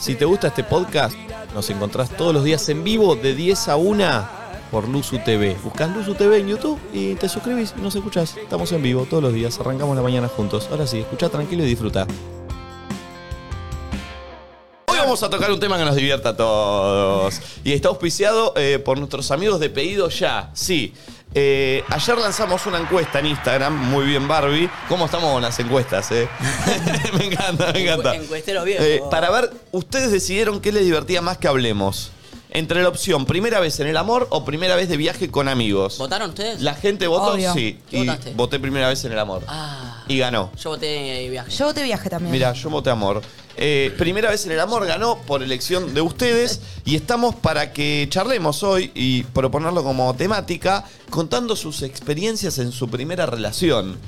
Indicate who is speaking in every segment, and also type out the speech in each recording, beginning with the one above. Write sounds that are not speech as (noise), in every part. Speaker 1: Si te gusta este podcast, nos encontrás todos los días en vivo de 10 a 1 por Luzu TV. Buscás Luzu TV en YouTube y te suscribís y nos escuchás. Estamos en vivo todos los días, arrancamos la mañana juntos. Ahora sí, escuchá tranquilo y disfruta. Hoy vamos a tocar un tema que nos divierta a todos. Y está auspiciado eh, por nuestros amigos de Pedido Ya. Sí. Eh, ayer lanzamos una encuesta en Instagram, muy bien Barbie. ¿Cómo estamos con las encuestas? eh? (laughs) me encanta, me encanta.
Speaker 2: Encuestero viejo.
Speaker 1: Eh, para ver, ustedes decidieron qué les divertía más que hablemos. Entre la opción primera vez en el amor o primera vez de viaje con amigos.
Speaker 2: ¿Votaron ustedes?
Speaker 1: La gente votó,
Speaker 3: Obvio.
Speaker 1: sí.
Speaker 2: ¿Qué
Speaker 1: Y
Speaker 2: votaste?
Speaker 1: voté primera vez en el amor.
Speaker 2: Ah,
Speaker 1: Y ganó.
Speaker 2: yo voté viaje.
Speaker 3: Yo te viaje también.
Speaker 1: Mira, yo voté amor. Eh, primera vez en el amor ganó por elección de ustedes y estamos para que charlemos hoy y proponerlo como temática contando sus experiencias en su primera relación.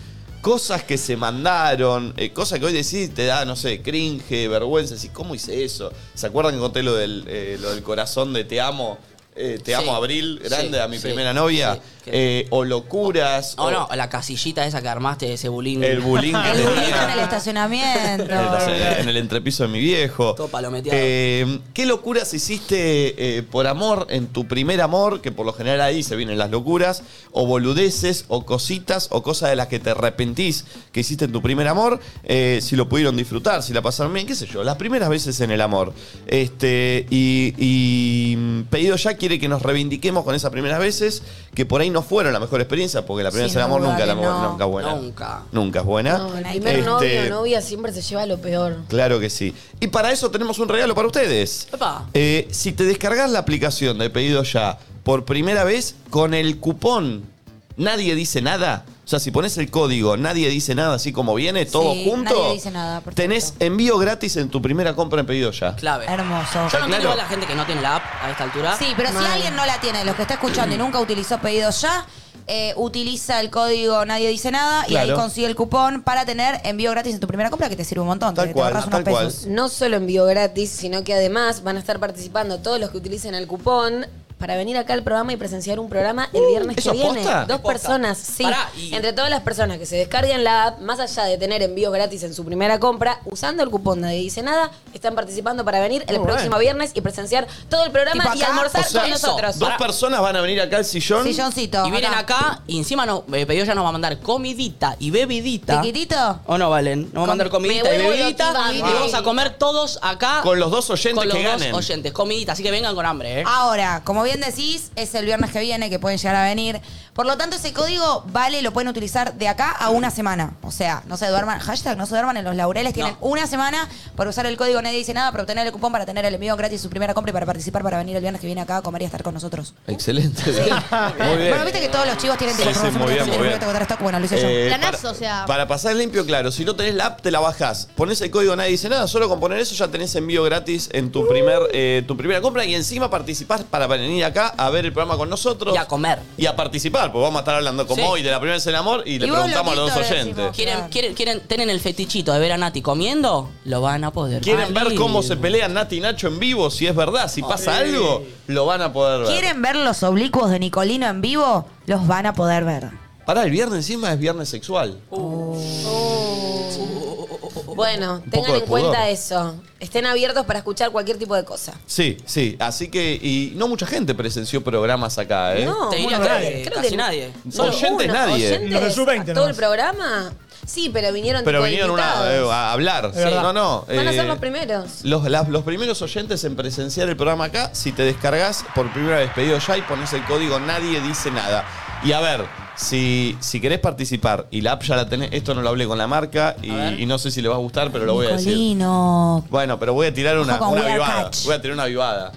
Speaker 1: Cosas que se mandaron, eh, cosas que hoy decís te da, no sé, cringe, vergüenza, y ¿cómo hice eso? ¿Se acuerdan que conté lo del, eh, lo del corazón de te amo? Eh,
Speaker 2: Sí.
Speaker 1: te amo Abril, grande
Speaker 2: Sí,
Speaker 1: a mi
Speaker 2: sí,
Speaker 1: primera novia.
Speaker 2: sí, que-
Speaker 1: Eh, o locuras.
Speaker 2: No,
Speaker 1: o
Speaker 2: Oh, no, la casillita esa que armaste, ese Ah, bullying.
Speaker 1: Oh. El bullying que
Speaker 3: El
Speaker 1: tenía.
Speaker 3: viaje en el estacionamiento.
Speaker 1: (laughs) En el, estacion- en el entrepiso de mi viejo.
Speaker 2: Todo palometeado.
Speaker 1: Eh, ¿Qué locuras hiciste eh, por amor en tu primer amor? Que por lo general ahí se vienen las locuras. O boludeces, o cositas, o cosas de las que te arrepentís que hiciste en tu primer amor. eh, si lo pudieron disfrutar, si la pasaron bien, qué sé yo. Las primeras veces en el amor. Este, y, y, mm, Pedido Ya quiere que nos reivindiquemos con esas primeras veces que por ahí no fueron la mejor experiencia, porque la primera
Speaker 3: Sí,
Speaker 1: vez en el amor
Speaker 3: no,
Speaker 1: nunca, la,
Speaker 3: dale, no.
Speaker 1: nunca es buena.
Speaker 2: Nunca.
Speaker 1: Nunca es buena.
Speaker 4: No, el primer
Speaker 1: Este,
Speaker 4: novio o novia siempre se lleva lo peor.
Speaker 1: Claro que sí. Y para eso tenemos un regalo para ustedes.
Speaker 2: Epa.
Speaker 1: Eh, si te descargas la aplicación de pedido ya por primera vez con el cupón Nadie dice nada. O sea, si pones el código Nadie dice nada, así como viene, todo
Speaker 3: Sí,
Speaker 1: junto.
Speaker 3: Nadie Dice Nada, perfecto.
Speaker 1: tenés envío gratis en tu primera compra en pedido ya.
Speaker 2: Clave.
Speaker 3: Hermoso.
Speaker 2: Yo no
Speaker 1: Claro.
Speaker 2: entiendo a la gente que no tiene la app a esta altura.
Speaker 3: Sí, pero si
Speaker 4: Mal.
Speaker 3: alguien no la tiene, de los que está escuchando y nunca utilizó pedido ya, eh, utiliza el código Nadie Dice Nada y ahí
Speaker 1: Claro.
Speaker 3: consigue el cupón para tener envío gratis en tu primera compra que te sirve un montón.
Speaker 1: Tal
Speaker 3: te,
Speaker 1: cual,
Speaker 3: te ahorras unos
Speaker 1: tal cual.
Speaker 3: pesos.
Speaker 4: No solo envío gratis, sino que además van a estar participando todos los que utilicen el cupón para venir acá al programa y presenciar un programa el viernes
Speaker 1: Uh, ¿eso
Speaker 4: que viene.
Speaker 1: posta?
Speaker 4: Dos
Speaker 2: Es posta.
Speaker 4: personas, sí.
Speaker 2: Pará, y-
Speaker 4: Entre todas las personas que se descarguen la app, más allá de tener envíos gratis en su primera compra, usando el cupón Nadie Dice Nada, están participando para venir el
Speaker 1: Muy
Speaker 4: próximo
Speaker 1: bueno.
Speaker 4: viernes y presenciar todo el programa
Speaker 3: Tipo
Speaker 4: y
Speaker 3: acá.
Speaker 4: almorzar
Speaker 1: O sea,
Speaker 4: con
Speaker 2: eso,
Speaker 4: nosotros.
Speaker 1: Dos
Speaker 2: Pará.
Speaker 1: personas van a venir acá al sillón.
Speaker 3: Silloncito.
Speaker 2: Y vienen
Speaker 3: acá.
Speaker 2: acá y encima no, eh, pedido ya nos va a mandar comidita y bebidita.
Speaker 3: ¿Chiquitito?
Speaker 2: ¿O no, Valen? Nos va a mandar
Speaker 4: Com-
Speaker 2: comidita
Speaker 4: me
Speaker 2: y
Speaker 4: vuelvo
Speaker 2: bebidita. Y
Speaker 4: loquita,
Speaker 2: vamos
Speaker 4: Valen.
Speaker 2: a comer todos acá.
Speaker 1: Con los dos oyentes
Speaker 2: con los
Speaker 1: que
Speaker 2: dos
Speaker 1: ganen.
Speaker 2: oyentes. Comidita, así que vengan con hambre, ¿eh?
Speaker 3: Ahora, como bien decís, es el viernes que viene que pueden llegar a venir. Por lo tanto, ese código vale, lo pueden utilizar de acá a una semana. O sea, no se duerman, hashtag no se duerman en los laureles. Tienen
Speaker 2: No.
Speaker 3: una semana para usar el código Nadie Dice Nada, para obtener el cupón, para tener el envío gratis, su primera compra y para participar, para venir el viernes que viene acá a comer y a estar con nosotros.
Speaker 1: Excelente.
Speaker 3: (laughs)
Speaker 1: Muy bien.
Speaker 3: Bueno, viste que todos los chivos tienen
Speaker 1: Sí,
Speaker 3: teléfono.
Speaker 1: sí, muy bien, muy bien.
Speaker 3: Bueno, lo hice yo.
Speaker 1: Eh,
Speaker 5: Planazo,
Speaker 1: para,
Speaker 5: o sea.
Speaker 1: Para pasar limpio, claro. Si no tenés la app, te la bajás. Pones el código Nadie Dice Nada. Solo con poner eso ya tenés envío gratis en tu, primer, eh, tu primera compra. Y encima participás para venir acá a ver el programa con nosotros.
Speaker 2: Y a comer.
Speaker 1: Y a participar, pues vamos a estar hablando como
Speaker 2: Sí.
Speaker 1: hoy de la primera vez en el amor y le
Speaker 3: Y vos,
Speaker 1: preguntamos a los dos
Speaker 3: loquito, le
Speaker 1: oyentes.
Speaker 3: decimos.
Speaker 2: ¿Quieren,
Speaker 3: Claro.
Speaker 2: quieren, quieren, tienen el fetichito de ver a Nati comiendo? Lo van a poder. Ah,
Speaker 1: ¿Quieren ver
Speaker 2: Valen.
Speaker 1: cómo se pelean Nati y Nacho en vivo? Si es verdad, si pasa algo, lo van a poder ver.
Speaker 3: ¿Quieren ver los oblicuos de Nicolino en vivo? Los van a poder ver.
Speaker 1: Pará, el viernes encima es viernes sexual.
Speaker 4: Bueno,
Speaker 1: Un poco
Speaker 4: tengan
Speaker 1: de
Speaker 4: en
Speaker 1: pudor.
Speaker 4: cuenta eso. Estén abiertos para escuchar cualquier tipo de cosa.
Speaker 1: Sí, sí. Así que, y no mucha gente presenció programas acá, ¿eh?
Speaker 4: No,
Speaker 2: Te diría
Speaker 4: bueno,
Speaker 2: que
Speaker 4: creo
Speaker 2: casi
Speaker 4: que
Speaker 2: nadie.
Speaker 4: solo
Speaker 1: Oyentes nadie.
Speaker 4: oyentes
Speaker 6: Los del sub-20
Speaker 4: a todo
Speaker 6: nomás.
Speaker 4: el programa. Sí, pero vinieron
Speaker 1: Pero
Speaker 4: tipo
Speaker 1: vinieron una,
Speaker 4: invitados.
Speaker 1: eh, a hablar.
Speaker 6: Es verdad.
Speaker 1: No, no.
Speaker 4: Van a ser
Speaker 1: eh,
Speaker 4: los primeros.
Speaker 1: Los, las- los primeros oyentes en presenciar el programa acá, si te descargas por primera vez pedido ya y pones el código Nadie Dice Nada. Y a ver, si, si querés participar y la app ya la tenés, esto no lo hablé con la marca y, y no sé si le va a gustar, pero lo voy a decir.
Speaker 3: Nicolino.
Speaker 1: Bueno, pero voy a tirar una,
Speaker 3: con
Speaker 1: una
Speaker 3: We Are
Speaker 1: vivada.
Speaker 3: Catch.
Speaker 1: Voy a tirar una vivada.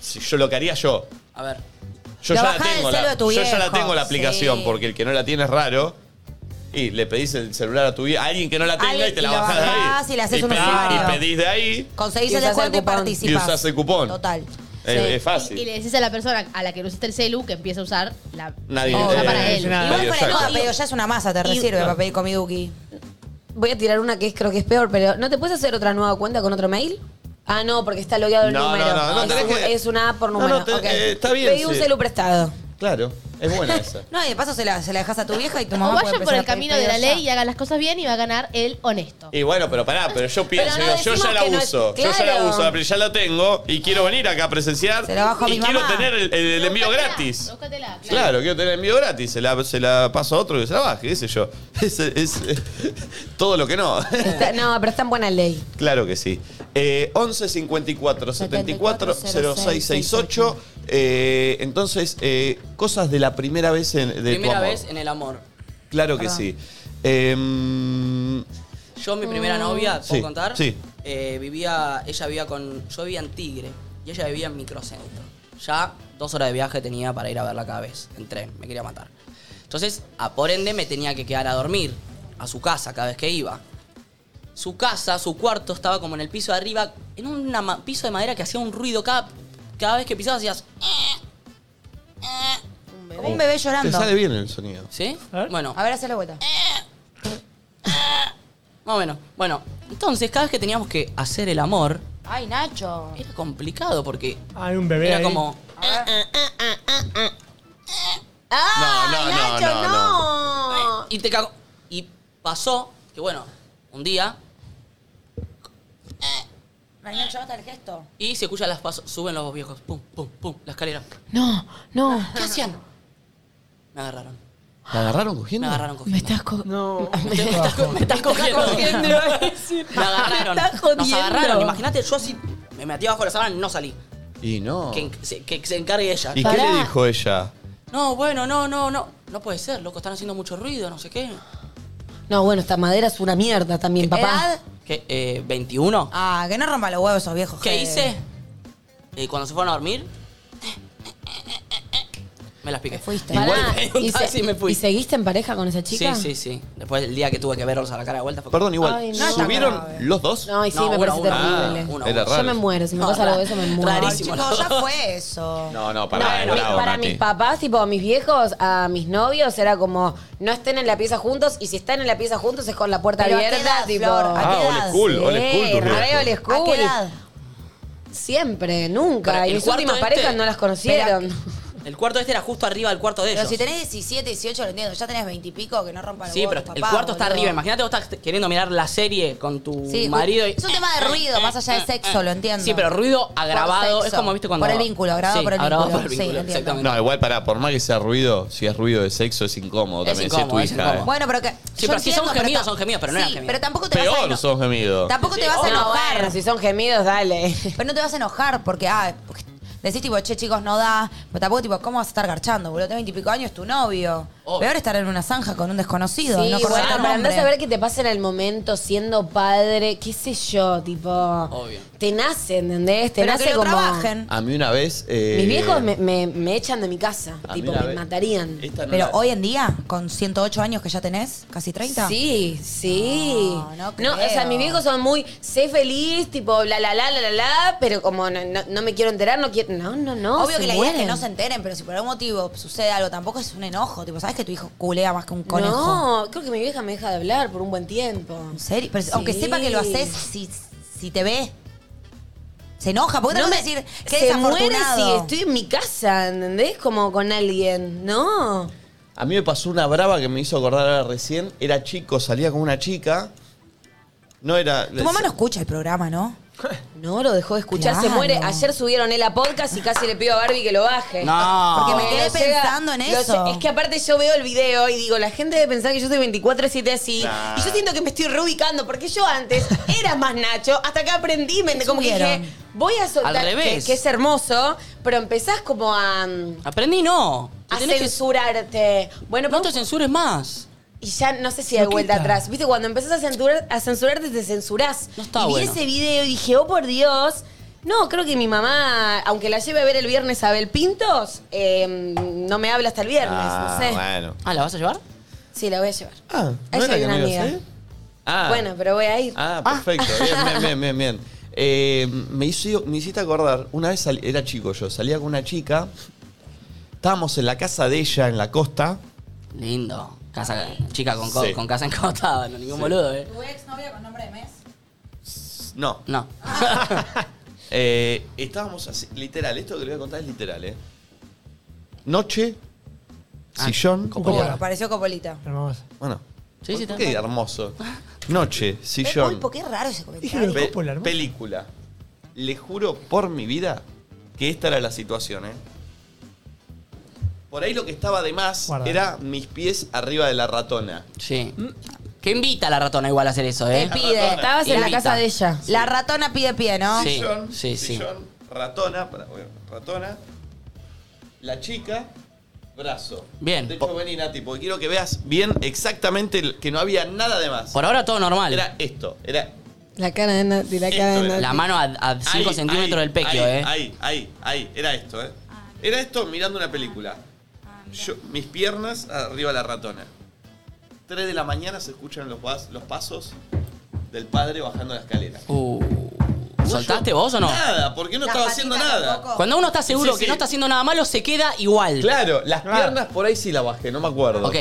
Speaker 1: Si yo lo que haría yo.
Speaker 2: A ver.
Speaker 1: Yo,
Speaker 3: La
Speaker 1: ya la,
Speaker 3: bajada del
Speaker 1: tengo
Speaker 3: celu
Speaker 1: la,
Speaker 3: de tu
Speaker 1: yo ya la
Speaker 3: viejo.
Speaker 1: tengo la aplicación,
Speaker 3: Sí.
Speaker 1: porque el que no la tiene es raro. Y le pedís el celular a tu vie- a alguien que no la tenga
Speaker 3: Alguien-
Speaker 1: y te
Speaker 3: y
Speaker 1: la
Speaker 3: lo
Speaker 1: bajás de
Speaker 3: bajás
Speaker 1: ahí.
Speaker 3: y le haces un
Speaker 1: pedís-
Speaker 3: usuario.
Speaker 1: y pedís de ahí,
Speaker 3: Conseguís
Speaker 4: Y
Speaker 3: el
Speaker 4: usás el
Speaker 3: descuento y
Speaker 4: cupón.
Speaker 3: participás.
Speaker 1: Y usás el cupón.
Speaker 3: Total.
Speaker 1: es, es fácil.
Speaker 5: Y, y le decís a la persona a la que no usaste el celu que empiece a usar la
Speaker 1: Nadie.
Speaker 5: o sea,
Speaker 1: eh,
Speaker 5: para él.
Speaker 1: nadie
Speaker 3: Igual para
Speaker 1: saca.
Speaker 3: el papel, ya es una masa, te resirve para pedir comiduki.
Speaker 4: Voy a tirar una que es, creo que es peor, pero ¿no te puedes hacer otra nueva cuenta con otro mail? Ah, no, porque está logueado el
Speaker 1: No,
Speaker 4: número.
Speaker 1: no, no, no,
Speaker 4: es,
Speaker 1: tenés
Speaker 4: un-
Speaker 1: que-
Speaker 4: es una app por
Speaker 1: No,
Speaker 4: número.
Speaker 1: no, te-
Speaker 4: Ok.
Speaker 1: eh, está bien,
Speaker 4: Pedí un
Speaker 1: sí.
Speaker 4: celu prestado.
Speaker 1: Claro,
Speaker 3: (laughs)
Speaker 1: es buena esa.
Speaker 3: No, y de paso se la, se la dejas a tu vieja y tu
Speaker 5: O
Speaker 3: mamá. puede
Speaker 5: vayan por el
Speaker 3: empezar a pedir
Speaker 5: camino de la
Speaker 3: pedidos ya.
Speaker 5: ley y hagan las cosas bien y va a ganar el honesto.
Speaker 1: Y bueno, pero pará, pero yo pienso,
Speaker 4: no
Speaker 1: digo, yo
Speaker 4: decimos
Speaker 1: ya la
Speaker 4: que no es-
Speaker 1: uso, yo ya la
Speaker 4: claro.
Speaker 1: uso, pero ya la tengo y quiero venir acá a presenciar
Speaker 3: Se la bajo a
Speaker 1: y
Speaker 3: mi
Speaker 1: quiero
Speaker 3: mamá.
Speaker 1: tener el, el- el envío
Speaker 5: Búscatela,
Speaker 1: gratis.
Speaker 5: búscatela, claro.
Speaker 1: Claro, quiero tener el envío gratis, se la, se la paso a otro que se la baje, qué sé yo. (laughs) Es, es- todo lo que no.
Speaker 4: Está- no, pero está en buena ley.
Speaker 1: Claro que sí. Eh, 11 54 74 06 68. Eh, entonces, eh, cosas de la primera vez en, de tu
Speaker 2: Primera
Speaker 1: amor.
Speaker 2: vez en el amor.
Speaker 1: Claro que sí. Em,
Speaker 2: Yo, mi primera novia, ¿puedo
Speaker 1: Sí,
Speaker 2: contar?
Speaker 1: sí.
Speaker 2: Eh, vivía, ella vivía con. Yo vivía en Tigre y ella vivía en Microcentro. Ya dos horas de viaje tenía para ir a verla cada vez. En tren, me quería matar. Entonces, a por ende, me tenía que quedar a dormir a su casa cada vez que iba. Su casa, su cuarto estaba como en el piso de arriba, en un piso de madera que hacía un ruido cada, cada vez que pisabas hacías.
Speaker 3: Un bebé
Speaker 1: te
Speaker 3: llorando.
Speaker 1: sale bien el sonido.
Speaker 2: ¿Sí?
Speaker 6: A ver.
Speaker 2: Bueno,
Speaker 3: A ver, hacé la vuelta.
Speaker 2: más o menos. Bueno, entonces cada vez que teníamos que hacer el amor,
Speaker 3: Ay, Nacho.
Speaker 2: era complicado porque
Speaker 6: Hay un bebé
Speaker 2: Era
Speaker 6: ahí.
Speaker 2: como.
Speaker 4: ¡Ah,
Speaker 1: No, no, no,
Speaker 4: Nacho,
Speaker 1: no,
Speaker 4: no!
Speaker 2: Y te cago. Y pasó que, bueno, un día.
Speaker 3: Ay, Nacho, basta el gesto.
Speaker 2: Y se escuchan las pasos. Suben los viejos. Pum, pum, pum. La escalera.
Speaker 4: No, no.
Speaker 2: ¿Qué hacían? Me agarraron.
Speaker 1: ¿La agarraron cogiendo?
Speaker 2: Me agarraron cogiendo.
Speaker 4: co-
Speaker 6: No.
Speaker 2: (laughs) Me estás co- me estás cogiendo.
Speaker 4: cogiendo, iba a decir.
Speaker 2: Me agarraron.
Speaker 4: Me estás jodiendo.
Speaker 2: Nos agarraron. Imagínate, yo así me metí abajo de la sábana y no salí.
Speaker 1: Y no.
Speaker 6: Oh.
Speaker 2: Que, en- se, que se encargue ella.
Speaker 1: ¿Y qué
Speaker 4: Pará.
Speaker 1: le dijo ella?
Speaker 2: No, bueno, no, no, no. No puede ser, loco. Están haciendo mucho ruido, no sé qué.
Speaker 4: No, bueno, esta madera es una mierda también, papá.
Speaker 3: ¿Edad?
Speaker 2: ¿Qué? Eh, ¿21?
Speaker 3: Ah, que no rompa los huevos esos viejos.
Speaker 2: ¿Qué
Speaker 3: je.
Speaker 2: hice? Eh, cuando se fueron a dormir, me las piqué.
Speaker 3: fuiste.
Speaker 4: Pará,
Speaker 2: Igual me dio
Speaker 4: y
Speaker 2: un taxi
Speaker 4: se-
Speaker 2: y me fui.
Speaker 4: ¿Y seguiste en pareja con esa
Speaker 2: Sí,
Speaker 4: chica?
Speaker 2: sí, sí. Después el día que tuve que verlos a la cara de vuelta fue como-
Speaker 1: Perdón, igual.
Speaker 4: Ay, no.
Speaker 1: ¿Subieron
Speaker 3: No,
Speaker 1: los dos?
Speaker 4: No, y sí,
Speaker 2: No,
Speaker 4: me
Speaker 2: uno,
Speaker 4: parece
Speaker 2: uno,
Speaker 1: uno,
Speaker 4: terrible.
Speaker 2: uno,
Speaker 1: Ah, era
Speaker 2: uno.
Speaker 1: raro.
Speaker 4: Yo me muero, si me
Speaker 2: No,
Speaker 4: pasa algo
Speaker 2: ra-
Speaker 4: de eso me muero.
Speaker 2: rarísimo.
Speaker 3: Chicos, ya fue eso.
Speaker 1: No, no,
Speaker 4: No,
Speaker 1: pará,
Speaker 4: mi-
Speaker 1: bravo,
Speaker 4: para
Speaker 1: Nati.
Speaker 4: mis papás, tipo a mis viejos, a mis novios, era como no estén en la pieza juntos y si están en la pieza juntos es con la puerta
Speaker 3: Pero ¿a qué
Speaker 4: abierta,
Speaker 3: edad,
Speaker 4: tipo.
Speaker 3: Flor? ¿A
Speaker 1: Ah,
Speaker 3: qué
Speaker 1: old
Speaker 3: edad?
Speaker 1: school, old
Speaker 4: Sí,
Speaker 1: school. tus
Speaker 4: re
Speaker 1: viejos.
Speaker 4: old
Speaker 3: ¿A qué
Speaker 4: school.
Speaker 3: edad?
Speaker 4: Siempre, nunca.
Speaker 2: Pero
Speaker 4: Y
Speaker 2: el
Speaker 4: mis
Speaker 2: cuarto
Speaker 4: últimas
Speaker 2: este-
Speaker 4: parejas no las conocieron.
Speaker 2: El cuarto este era justo arriba del cuarto de ellos.
Speaker 3: Pero si tenés 17, 18, lo entiendo. Ya tenés 20 y pico, que no rompa los
Speaker 2: sí,
Speaker 3: huevos
Speaker 2: pero
Speaker 3: tus
Speaker 2: el
Speaker 3: papás,
Speaker 2: cuarto está
Speaker 3: boludo.
Speaker 2: arriba. Imagínate vos estás queriendo mirar la serie con tu
Speaker 3: Sí,
Speaker 2: marido. y- Eh, Ah.
Speaker 3: Es un tema de
Speaker 2: (laughs)
Speaker 3: ruido, más allá de sexo, lo entiendo.
Speaker 2: Sí, pero ruido agravado. Es
Speaker 3: sexo.
Speaker 2: como, viste, cuando...
Speaker 3: Por el vínculo, agravado
Speaker 2: Sí,
Speaker 3: por el
Speaker 2: agravado
Speaker 3: vínculo.
Speaker 2: por el vínculo,
Speaker 3: Sí, entiendo.
Speaker 2: exactamente.
Speaker 1: No, igual pará, por más que sea ruido, si es ruido de sexo es incómodo
Speaker 2: Es
Speaker 1: también,
Speaker 2: incómodo,
Speaker 1: si
Speaker 2: es
Speaker 1: es tu hija.
Speaker 2: incómodo.
Speaker 1: eh.
Speaker 3: Bueno, pero que. yo
Speaker 2: pero si son
Speaker 3: entiendo,
Speaker 2: gemidos,
Speaker 3: ta-
Speaker 2: son gemidos, pero no
Speaker 3: sí,
Speaker 2: eran gemidos.
Speaker 3: Pero tampoco te vas a
Speaker 1: Peor
Speaker 3: eno-
Speaker 1: sos gemido.
Speaker 3: Tampoco te
Speaker 2: Sí,
Speaker 4: (laughs)
Speaker 3: vas a
Speaker 2: obvio.
Speaker 4: No,
Speaker 3: enojar.
Speaker 4: bueno, si son gemidos, dale.
Speaker 3: Pero no te vas a enojar porque, ah, porque decís tipo, che, chicos, no da. Pero tampoco, tipo, ¿cómo vas a estar garchando, boludo? Tenés veintipico años, es tu novio.
Speaker 2: Obvio.
Speaker 3: Peor estar en una zanja con un desconocido.
Speaker 4: Sí,
Speaker 3: no
Speaker 4: bueno,
Speaker 3: conocer
Speaker 4: pero andás
Speaker 3: nombre.
Speaker 4: a ver qué te pasa en el momento siendo padre, qué sé yo, tipo.
Speaker 2: Obvio.
Speaker 4: Te nace, ¿entendés? Te
Speaker 3: Pero
Speaker 4: nace
Speaker 3: que lo
Speaker 4: como.
Speaker 3: trabajen.
Speaker 1: A mí una vez. eh,
Speaker 4: Mis viejos me, me- me echan de mi casa,
Speaker 1: a mí Eh,
Speaker 4: tipo,
Speaker 1: una
Speaker 4: me
Speaker 1: vez-
Speaker 4: matarían.
Speaker 1: Ah, Esta no
Speaker 3: Pero
Speaker 1: la-
Speaker 3: hoy en día, con 108 años que ya tenés, casi 30.
Speaker 4: Sí, sí.
Speaker 3: No, no
Speaker 4: o sea,
Speaker 3: creo.
Speaker 4: mis viejos son muy, sé feliz, tipo, la, la, la, la, la, la, pero como no, no- no me quiero enterar, no quiero, no, no, no.
Speaker 3: Obvio
Speaker 4: Oh, se
Speaker 3: que la idea es
Speaker 4: mueren.
Speaker 3: que no se enteren, pero si por algún motivo sucede algo, tampoco es un enojo. Tipo, ¿sabes que tu hijo culea más que un conejo?
Speaker 4: No, creo que mi vieja me deja de hablar por un buen tiempo.
Speaker 3: ¿En serio? Pero
Speaker 4: Sí.
Speaker 3: aunque sepa que lo haces, si, si te ve, se enoja. ¿Por qué
Speaker 4: No
Speaker 3: no
Speaker 4: me
Speaker 3: me decir que
Speaker 4: se muere si
Speaker 3: desafortunado?
Speaker 4: estoy en mi casa, ¿entendés? Como con alguien, ¿no?
Speaker 1: A mí me pasó una brava que me hizo acordar ahora recién. Era chico, salía con una chica. No era.
Speaker 3: Tu mamá no escucha el programa, ¿no?
Speaker 4: (laughs) No, lo dejó de escuchar, se
Speaker 3: Claro.
Speaker 4: muere. Ayer subieron él a podcast y casi le pido a Barbie que lo baje.
Speaker 2: No.
Speaker 3: Porque me
Speaker 4: Porque
Speaker 3: quedé
Speaker 4: lo llega-
Speaker 3: pensando en
Speaker 4: lo
Speaker 3: eso.
Speaker 4: lle- Es que aparte yo veo el video y digo, la gente debe pensar que yo soy 24-7 así.
Speaker 1: Nah.
Speaker 4: Y yo siento que me estoy reubicando porque yo antes era más Nacho, hasta que aprendí, me como que dije,
Speaker 3: subieron?
Speaker 4: voy a soltar,
Speaker 2: Al revés.
Speaker 4: Que, que es hermoso, pero empezás como a, mm,
Speaker 2: Aprendí no. Te
Speaker 4: a
Speaker 2: tenés que-
Speaker 4: censurarte. Bueno,
Speaker 2: No
Speaker 4: pero
Speaker 2: te censures más.
Speaker 4: y ya no sé si hay
Speaker 2: No
Speaker 4: vuelta
Speaker 2: quita.
Speaker 4: atrás. Viste, cuando empezás a, censurar, a censurarte, te censurás.
Speaker 2: No está
Speaker 4: y vi
Speaker 2: bueno.
Speaker 4: ese video y dije, oh por Dios. No, creo que mi mamá, aunque la lleve a ver el viernes a Abel Pintos, eh, no me habla hasta el viernes.
Speaker 1: Ah,
Speaker 4: no sé.
Speaker 1: bueno.
Speaker 2: Ah, ¿la vas a llevar?
Speaker 4: Sí, la voy a llevar.
Speaker 1: Ah,
Speaker 4: Ahí
Speaker 1: ¿no era
Speaker 4: hay
Speaker 1: que
Speaker 4: una
Speaker 1: me ibas
Speaker 4: amiga.
Speaker 1: a ir? Ah.
Speaker 4: Bueno, pero voy a ir.
Speaker 1: Ah, perfecto. Bien, bien, bien, bien. (laughs) bien. Eh, me, hizo, me hiciste acordar, una vez sal- era chico yo, salía con una chica, estábamos en la casa de ella en la costa.
Speaker 2: Lindo. Casa, chica con, co-
Speaker 1: Sí.
Speaker 2: con casa encotada, no ningún boludo, eh.
Speaker 3: ¿Tu exnovia con nombre de mes?
Speaker 1: No.
Speaker 2: No. Ah,
Speaker 1: Eh, estábamos así, literal, esto que le voy a contar es literal, ¿eh? Noche, Sillón.
Speaker 6: Copolita.
Speaker 3: Oh, Apareció Copolita.
Speaker 6: Hermoso.
Speaker 1: Bueno.
Speaker 2: Sí, sí, está. (laughs)
Speaker 1: Qué hermoso. Noche,
Speaker 3: Uy,
Speaker 1: sillón.
Speaker 3: ¿por qué raro ese
Speaker 6: Dije
Speaker 3: comentario?
Speaker 6: lo de Coppola, hermoso.
Speaker 1: película. Le juro por mi vida que esta era la situación, ¿eh? Por ahí lo que estaba de más
Speaker 6: Guarda.
Speaker 1: era mis pies arriba de la ratona.
Speaker 2: Sí. Que invita a la ratona igual a hacer eso,
Speaker 3: Te
Speaker 2: ¿eh?
Speaker 3: pide.
Speaker 4: Estabas en la
Speaker 2: Invita.
Speaker 4: casa de ella.
Speaker 3: La ratona pide pie, ¿no?
Speaker 2: Sí.
Speaker 1: Sillón,
Speaker 2: sí, sí.
Speaker 1: sillón, ratona, pará, bueno, ratona. La chica, brazo.
Speaker 2: Bien.
Speaker 1: De hecho, vení, Nati, porque quiero que veas bien exactamente el- que no había nada de más.
Speaker 2: Por ahora todo normal.
Speaker 1: Era esto, era
Speaker 4: La cara de Nati, la
Speaker 1: pues. Esto
Speaker 4: cara de
Speaker 1: es.
Speaker 4: Nati.
Speaker 2: La mano a
Speaker 1: Ahí,
Speaker 2: 5 centímetros
Speaker 1: ahí,
Speaker 2: del pequio,
Speaker 1: ahí,
Speaker 2: ¿eh?
Speaker 1: Ahí, ahí, ahí. Era esto, ¿eh?
Speaker 3: Ah,
Speaker 1: Era esto mirando una película. Yo- mis piernas arriba de la ratona. 3 de la mañana se escuchan los, pas- los pasos del padre bajando la escalera.
Speaker 2: Uh, ¿Soltaste vos o no?
Speaker 1: Nada, porque no
Speaker 3: Las
Speaker 1: estaba haciendo
Speaker 3: patitas
Speaker 1: nada.
Speaker 3: tampoco.
Speaker 2: Cuando uno está seguro
Speaker 1: Sí,
Speaker 2: que
Speaker 1: sí.
Speaker 2: no está haciendo nada malo, se queda igual.
Speaker 1: Claro, las
Speaker 6: Claro.
Speaker 1: piernas por ahí sí la bajé, no me acuerdo.
Speaker 2: Ok.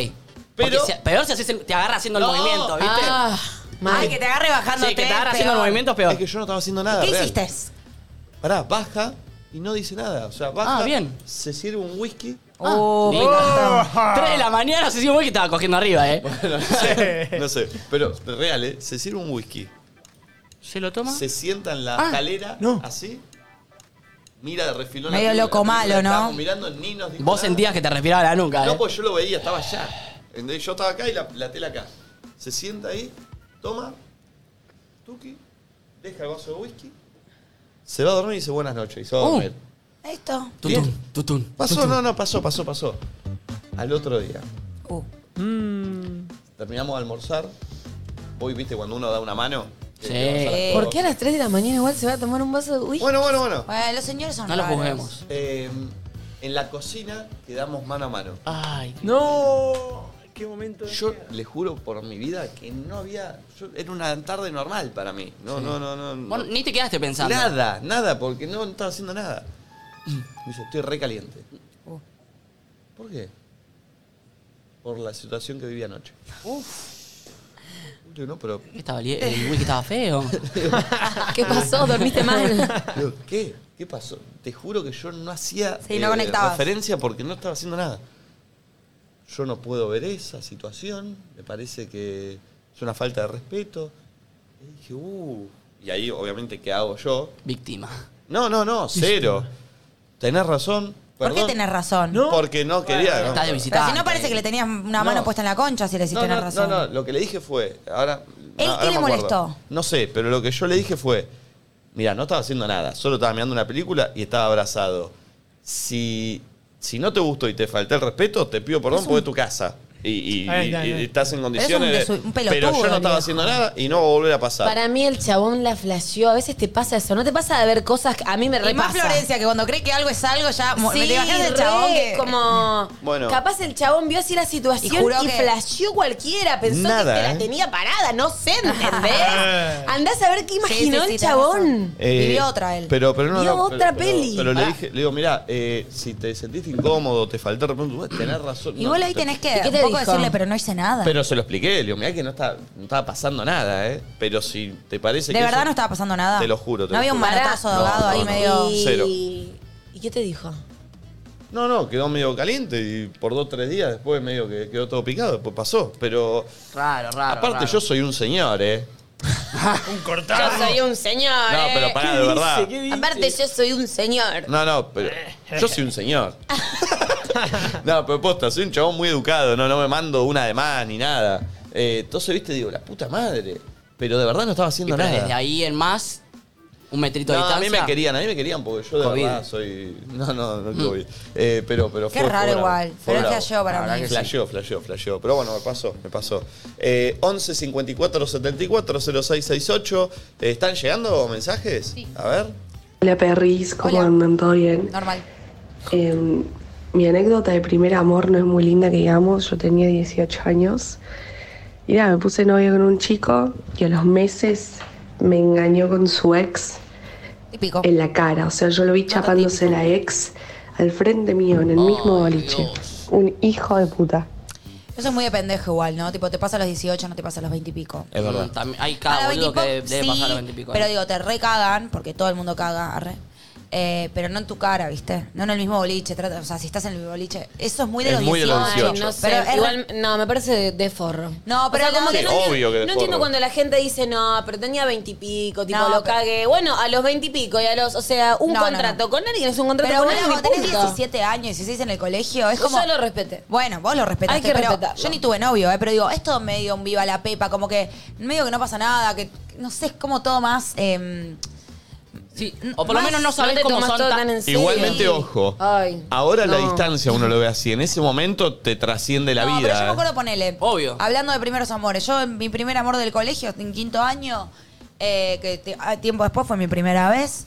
Speaker 2: Pero,
Speaker 1: Pero-
Speaker 2: peor si haces el- te agarra haciendo
Speaker 1: No.
Speaker 2: el movimiento, ¿viste?
Speaker 4: Ah,
Speaker 3: Ay,
Speaker 4: mal.
Speaker 3: que te agarre bajando
Speaker 2: sí, que te agarra haciendo el movimiento es peor.
Speaker 1: Es que yo no estaba haciendo nada.
Speaker 3: ¿Qué
Speaker 1: real.
Speaker 3: hiciste?
Speaker 1: Pará, baja y no dice nada. O sea, baja.
Speaker 2: Ah, bien.
Speaker 1: Se sirve un whisky.
Speaker 4: Oh,
Speaker 2: Listo. Tres de la mañana, se sigue que estaba cogiendo arriba, ¿eh?
Speaker 1: Bueno, (laughs) no sé, no sé. Pero real, ¿eh? Se sirve un whisky.
Speaker 2: ¿Se lo toma?
Speaker 1: Se sienta en
Speaker 3: Ah.
Speaker 1: la escalera,
Speaker 6: no.
Speaker 1: así. Mira de refilón.
Speaker 3: Medio
Speaker 1: la película,
Speaker 3: loco
Speaker 1: la película
Speaker 3: malo,
Speaker 1: la
Speaker 3: ¿no?
Speaker 1: estábamos mirando, ni nos dijo
Speaker 2: Vos
Speaker 1: nada.
Speaker 2: sentías que te respiraba la nuca, ¿eh?
Speaker 1: No, pues yo lo veía, estaba allá. ¿Entendés? Yo estaba acá y la, la tela acá. Se sienta ahí, toma, tuki, deja el vaso de whisky, se va a dormir y dice buenas noches. Y se va a
Speaker 3: Uh.
Speaker 2: Oh.
Speaker 1: dormir.
Speaker 3: Esto.
Speaker 1: Bien.
Speaker 2: tutun, tutun.
Speaker 1: Pasó, no, no, pasó, pasó, pasó. Al otro día.
Speaker 3: Uh.
Speaker 1: Terminamos de almorzar. Voy, viste, cuando uno da una mano. que
Speaker 2: Sí.
Speaker 1: te vas a la-
Speaker 4: ¿Por qué a las 3 de la mañana igual se va a tomar un vaso de whisky?
Speaker 1: Bueno, bueno, bueno.
Speaker 3: Bueno, los señores son
Speaker 2: No lo
Speaker 3: raros.
Speaker 2: juzguemos.
Speaker 1: Eh, en la cocina quedamos mano a mano.
Speaker 2: Ay.
Speaker 6: No. Qué momento. de
Speaker 1: Yo
Speaker 6: mierda.
Speaker 1: le juro por mi vida que no había. yo- era una tarde normal para mí. No, no, no, no. no.
Speaker 2: Vos ni te quedaste pensando.
Speaker 1: nada, nada, porque no estaba haciendo nada. Me dice, estoy recaliente. ¿Por qué? Por la situación que viví anoche. Uf. Yo no, pero.
Speaker 2: Estaba li- el whisky estaba
Speaker 1: (laughs)
Speaker 2: feo.
Speaker 4: ¿Qué pasó? ¿Dormiste mal?
Speaker 1: digo, ¿Qué? ¿Qué pasó? Te juro que yo no hacía eh,
Speaker 3: Sí, no conectabas.
Speaker 1: referencia porque no estaba haciendo nada. Yo no puedo ver esa situación, me parece que es una falta de respeto. Y dije, uh. Y ahí, obviamente, ¿qué hago yo?
Speaker 2: Víctima.
Speaker 1: No, no, no, cero. Tenés razón.
Speaker 3: ¿Por qué
Speaker 1: perdón.
Speaker 3: tenés razón?
Speaker 6: No.
Speaker 1: Porque no quería. no,
Speaker 2: Estás de
Speaker 1: no,
Speaker 2: visita.
Speaker 3: Pero si no parece que le tenías una mano
Speaker 1: No.
Speaker 3: puesta en la concha si le decís tenés
Speaker 1: no,
Speaker 3: razón.
Speaker 1: No, no, lo que le dije fue. Ahora.
Speaker 3: ¿Él
Speaker 1: ahora
Speaker 3: qué le
Speaker 1: me acuerdo.
Speaker 3: molestó?
Speaker 1: No sé, pero lo que yo le dije fue. Mira, no estaba haciendo nada, solo estaba mirando una película y estaba abrazado. Si, si no te gustó y te falté el respeto, te pido perdón porque es tu casa. Y, y-
Speaker 6: Ahí está,
Speaker 1: y- y
Speaker 6: ahí.
Speaker 1: estás en
Speaker 3: es un
Speaker 1: condiciones. de-
Speaker 3: desu- un pelotudo,
Speaker 1: pero yo no estaba
Speaker 3: viejo.
Speaker 1: haciendo nada y no va a volver a pasar.
Speaker 4: Para mí el chabón la flasheó. A veces te pasa eso. ¿No te pasa de ver cosas que a mí me
Speaker 3: Y
Speaker 4: repasa?
Speaker 3: más Florencia, que cuando cree que algo es algo, ya mo- me
Speaker 4: Sí,
Speaker 3: te imaginas el
Speaker 4: re,
Speaker 3: chabón que-
Speaker 4: como...
Speaker 1: Bueno.
Speaker 4: Capaz el chabón vio así la situación
Speaker 3: Y
Speaker 4: y,
Speaker 3: juró que-
Speaker 4: flasheó cualquiera. Pensó
Speaker 1: Nada,
Speaker 4: que te
Speaker 1: ¿eh?
Speaker 4: la tenía parada. No sé,
Speaker 1: (laughs)
Speaker 4: ¿entendés? Andás a ver qué
Speaker 3: Sí,
Speaker 4: imaginó
Speaker 3: sí, sí,
Speaker 4: el
Speaker 3: tenés razón.
Speaker 4: chabón. Eh,
Speaker 3: Y vio otra él.
Speaker 1: Eh, Pero, pero no,
Speaker 4: Vio
Speaker 1: no,
Speaker 4: otra
Speaker 1: pero-
Speaker 4: peli.
Speaker 1: Pero, le
Speaker 4: Pará.
Speaker 1: dije, le digo, mira, si te sentiste incómodo, te falté respeto, vos tenés razón. No,
Speaker 3: Igual ahí
Speaker 1: te-
Speaker 3: tenés que
Speaker 4: ¿Y qué te
Speaker 3: un poco
Speaker 4: dijo?
Speaker 3: decirle, pero no hice nada.
Speaker 1: Pero se lo expliqué, le digo, mirá que no, está, no estaba pasando nada, ¿eh? Pero si te parece
Speaker 3: de
Speaker 1: que.
Speaker 3: verdad
Speaker 1: eso-
Speaker 3: no estaba pasando nada.
Speaker 1: Te lo juro, te
Speaker 3: No
Speaker 1: lo
Speaker 3: había un
Speaker 1: juro.
Speaker 3: manotazo de
Speaker 1: No,
Speaker 3: ahogado
Speaker 1: no,
Speaker 3: ahí
Speaker 1: no.
Speaker 3: medio.
Speaker 4: Y...
Speaker 1: Cero.
Speaker 4: ¿Y qué te dijo?
Speaker 1: No, no, quedó medio caliente y por dos tres días después medio que quedó todo picado, después pasó. Pero
Speaker 2: Raro, raro.
Speaker 1: aparte
Speaker 2: raro.
Speaker 1: yo soy un señor, ¿eh?
Speaker 6: Un cortado.
Speaker 4: un
Speaker 3: Ah,
Speaker 4: señor.
Speaker 3: eh.
Speaker 1: Ah.
Speaker 4: ¿eh?
Speaker 1: No, pero pará, de verdad.
Speaker 4: Aparte, yo soy un señor.
Speaker 1: No, no,
Speaker 3: (laughs)
Speaker 1: pero yo soy un señor. no, pero posta, soy un chabón muy educado, no, no me mando una de más ni nada. Eh, entonces, viste, digo, la puta madre. Pero de verdad no
Speaker 2: Y
Speaker 1: estaba haciendo
Speaker 2: pero
Speaker 1: nada.
Speaker 2: desde ahí en más, un metrito
Speaker 1: No,
Speaker 2: de
Speaker 1: a
Speaker 2: distancia.
Speaker 1: mí me querían, a mí me querían porque yo de
Speaker 2: Covid.
Speaker 1: verdad soy. No, no, no COVID. Eh, pero, pero
Speaker 3: Mm. Qué
Speaker 1: fue- fue
Speaker 3: raro
Speaker 1: bravo,
Speaker 3: igual,
Speaker 1: fue
Speaker 3: pero es
Speaker 1: bravo.
Speaker 3: flasheo para
Speaker 1: La verdad
Speaker 3: mí.
Speaker 1: que sí. Flasheó, flasheó, flasheó. Pero bueno, me pasó, me pasó. Eh, 11 54 74 06 68. Eh, ¿Están llegando mensajes?
Speaker 5: Sí.
Speaker 1: A ver.
Speaker 7: Hola Perris, ¿cómo
Speaker 3: Hola.
Speaker 7: andan? ¿Todo bien?
Speaker 3: Normal.
Speaker 7: Em, mi anécdota de primer amor no es muy linda que digamos, yo tenía 18 años y nada, me puse novia con un chico y a los meses me engañó con su ex
Speaker 3: Típico.
Speaker 7: en la cara, o sea, yo lo vi chapándose la ex al frente mío en el mismo boliche. Un hijo de puta.
Speaker 3: Eso es muy de pendejo igual, ¿no? Tipo, te pasa a los 18, no te pasa a los 20 y pico.
Speaker 1: Es verdad.
Speaker 2: Mm, también- hay
Speaker 3: A
Speaker 2: cada
Speaker 3: los
Speaker 2: boludo
Speaker 3: 20
Speaker 2: que
Speaker 3: y pico,
Speaker 2: debe pasar a
Speaker 3: sí,
Speaker 2: los 20 y pico.
Speaker 3: Pero
Speaker 2: ¿eh?
Speaker 3: digo, te recagan, porque todo el mundo caga, arre. eh, pero no en tu cara, ¿viste? No en el mismo boliche. trata- o sea, si estás en el boliche, eso es muy de
Speaker 1: Es
Speaker 3: los
Speaker 1: muy de los
Speaker 4: Ay,
Speaker 1: 18.
Speaker 4: no sé.
Speaker 3: Pero es-
Speaker 4: Igual, no, me parece de, de forro.
Speaker 3: No, pero no,
Speaker 1: sí,
Speaker 4: no, entiendo-
Speaker 1: obvio que de
Speaker 4: no entiendo
Speaker 1: forro.
Speaker 4: cuando la gente dice, no, pero tenía veintipico, tipo,
Speaker 3: No,
Speaker 4: lo
Speaker 3: pero-
Speaker 4: cagué. Bueno, a los veintipico y a los, o sea, un
Speaker 3: No, no,
Speaker 4: contrato
Speaker 3: no.
Speaker 4: con alguien es un contrato
Speaker 3: Pero
Speaker 4: con
Speaker 3: bueno,
Speaker 4: alguien.
Speaker 3: cuando tenés
Speaker 4: punto.
Speaker 3: 17 años, 16 en el colegio, es
Speaker 4: Yo
Speaker 3: como.
Speaker 4: lo respeté.
Speaker 3: Bueno, vos lo respetaste,
Speaker 4: Hay que
Speaker 3: pero
Speaker 4: respetarlo.
Speaker 3: yo ni tuve novio, eh, pero digo, esto medio un viva la pepa, como que medio que no pasa nada, que no sé, es como todo más... eh,
Speaker 2: Sí, o por lo
Speaker 3: Más,
Speaker 2: menos no
Speaker 4: No
Speaker 2: sabés
Speaker 4: te
Speaker 2: cómo
Speaker 4: tomas
Speaker 2: son
Speaker 4: todo
Speaker 2: tan-
Speaker 4: tan en serio.
Speaker 1: Igualmente,
Speaker 3: Sí.
Speaker 1: ojo.
Speaker 4: Ay,
Speaker 1: ahora la
Speaker 4: no.
Speaker 1: distancia uno lo ve así. En ese momento te trasciende la
Speaker 3: no,
Speaker 1: vida.
Speaker 3: pero yo
Speaker 1: eh.
Speaker 3: me acuerdo, ponele,
Speaker 2: Obvio.
Speaker 3: hablando de primeros amores, yo en mi primer amor del colegio, en quinto año, eh, que te- ah, tiempo después fue mi primera vez,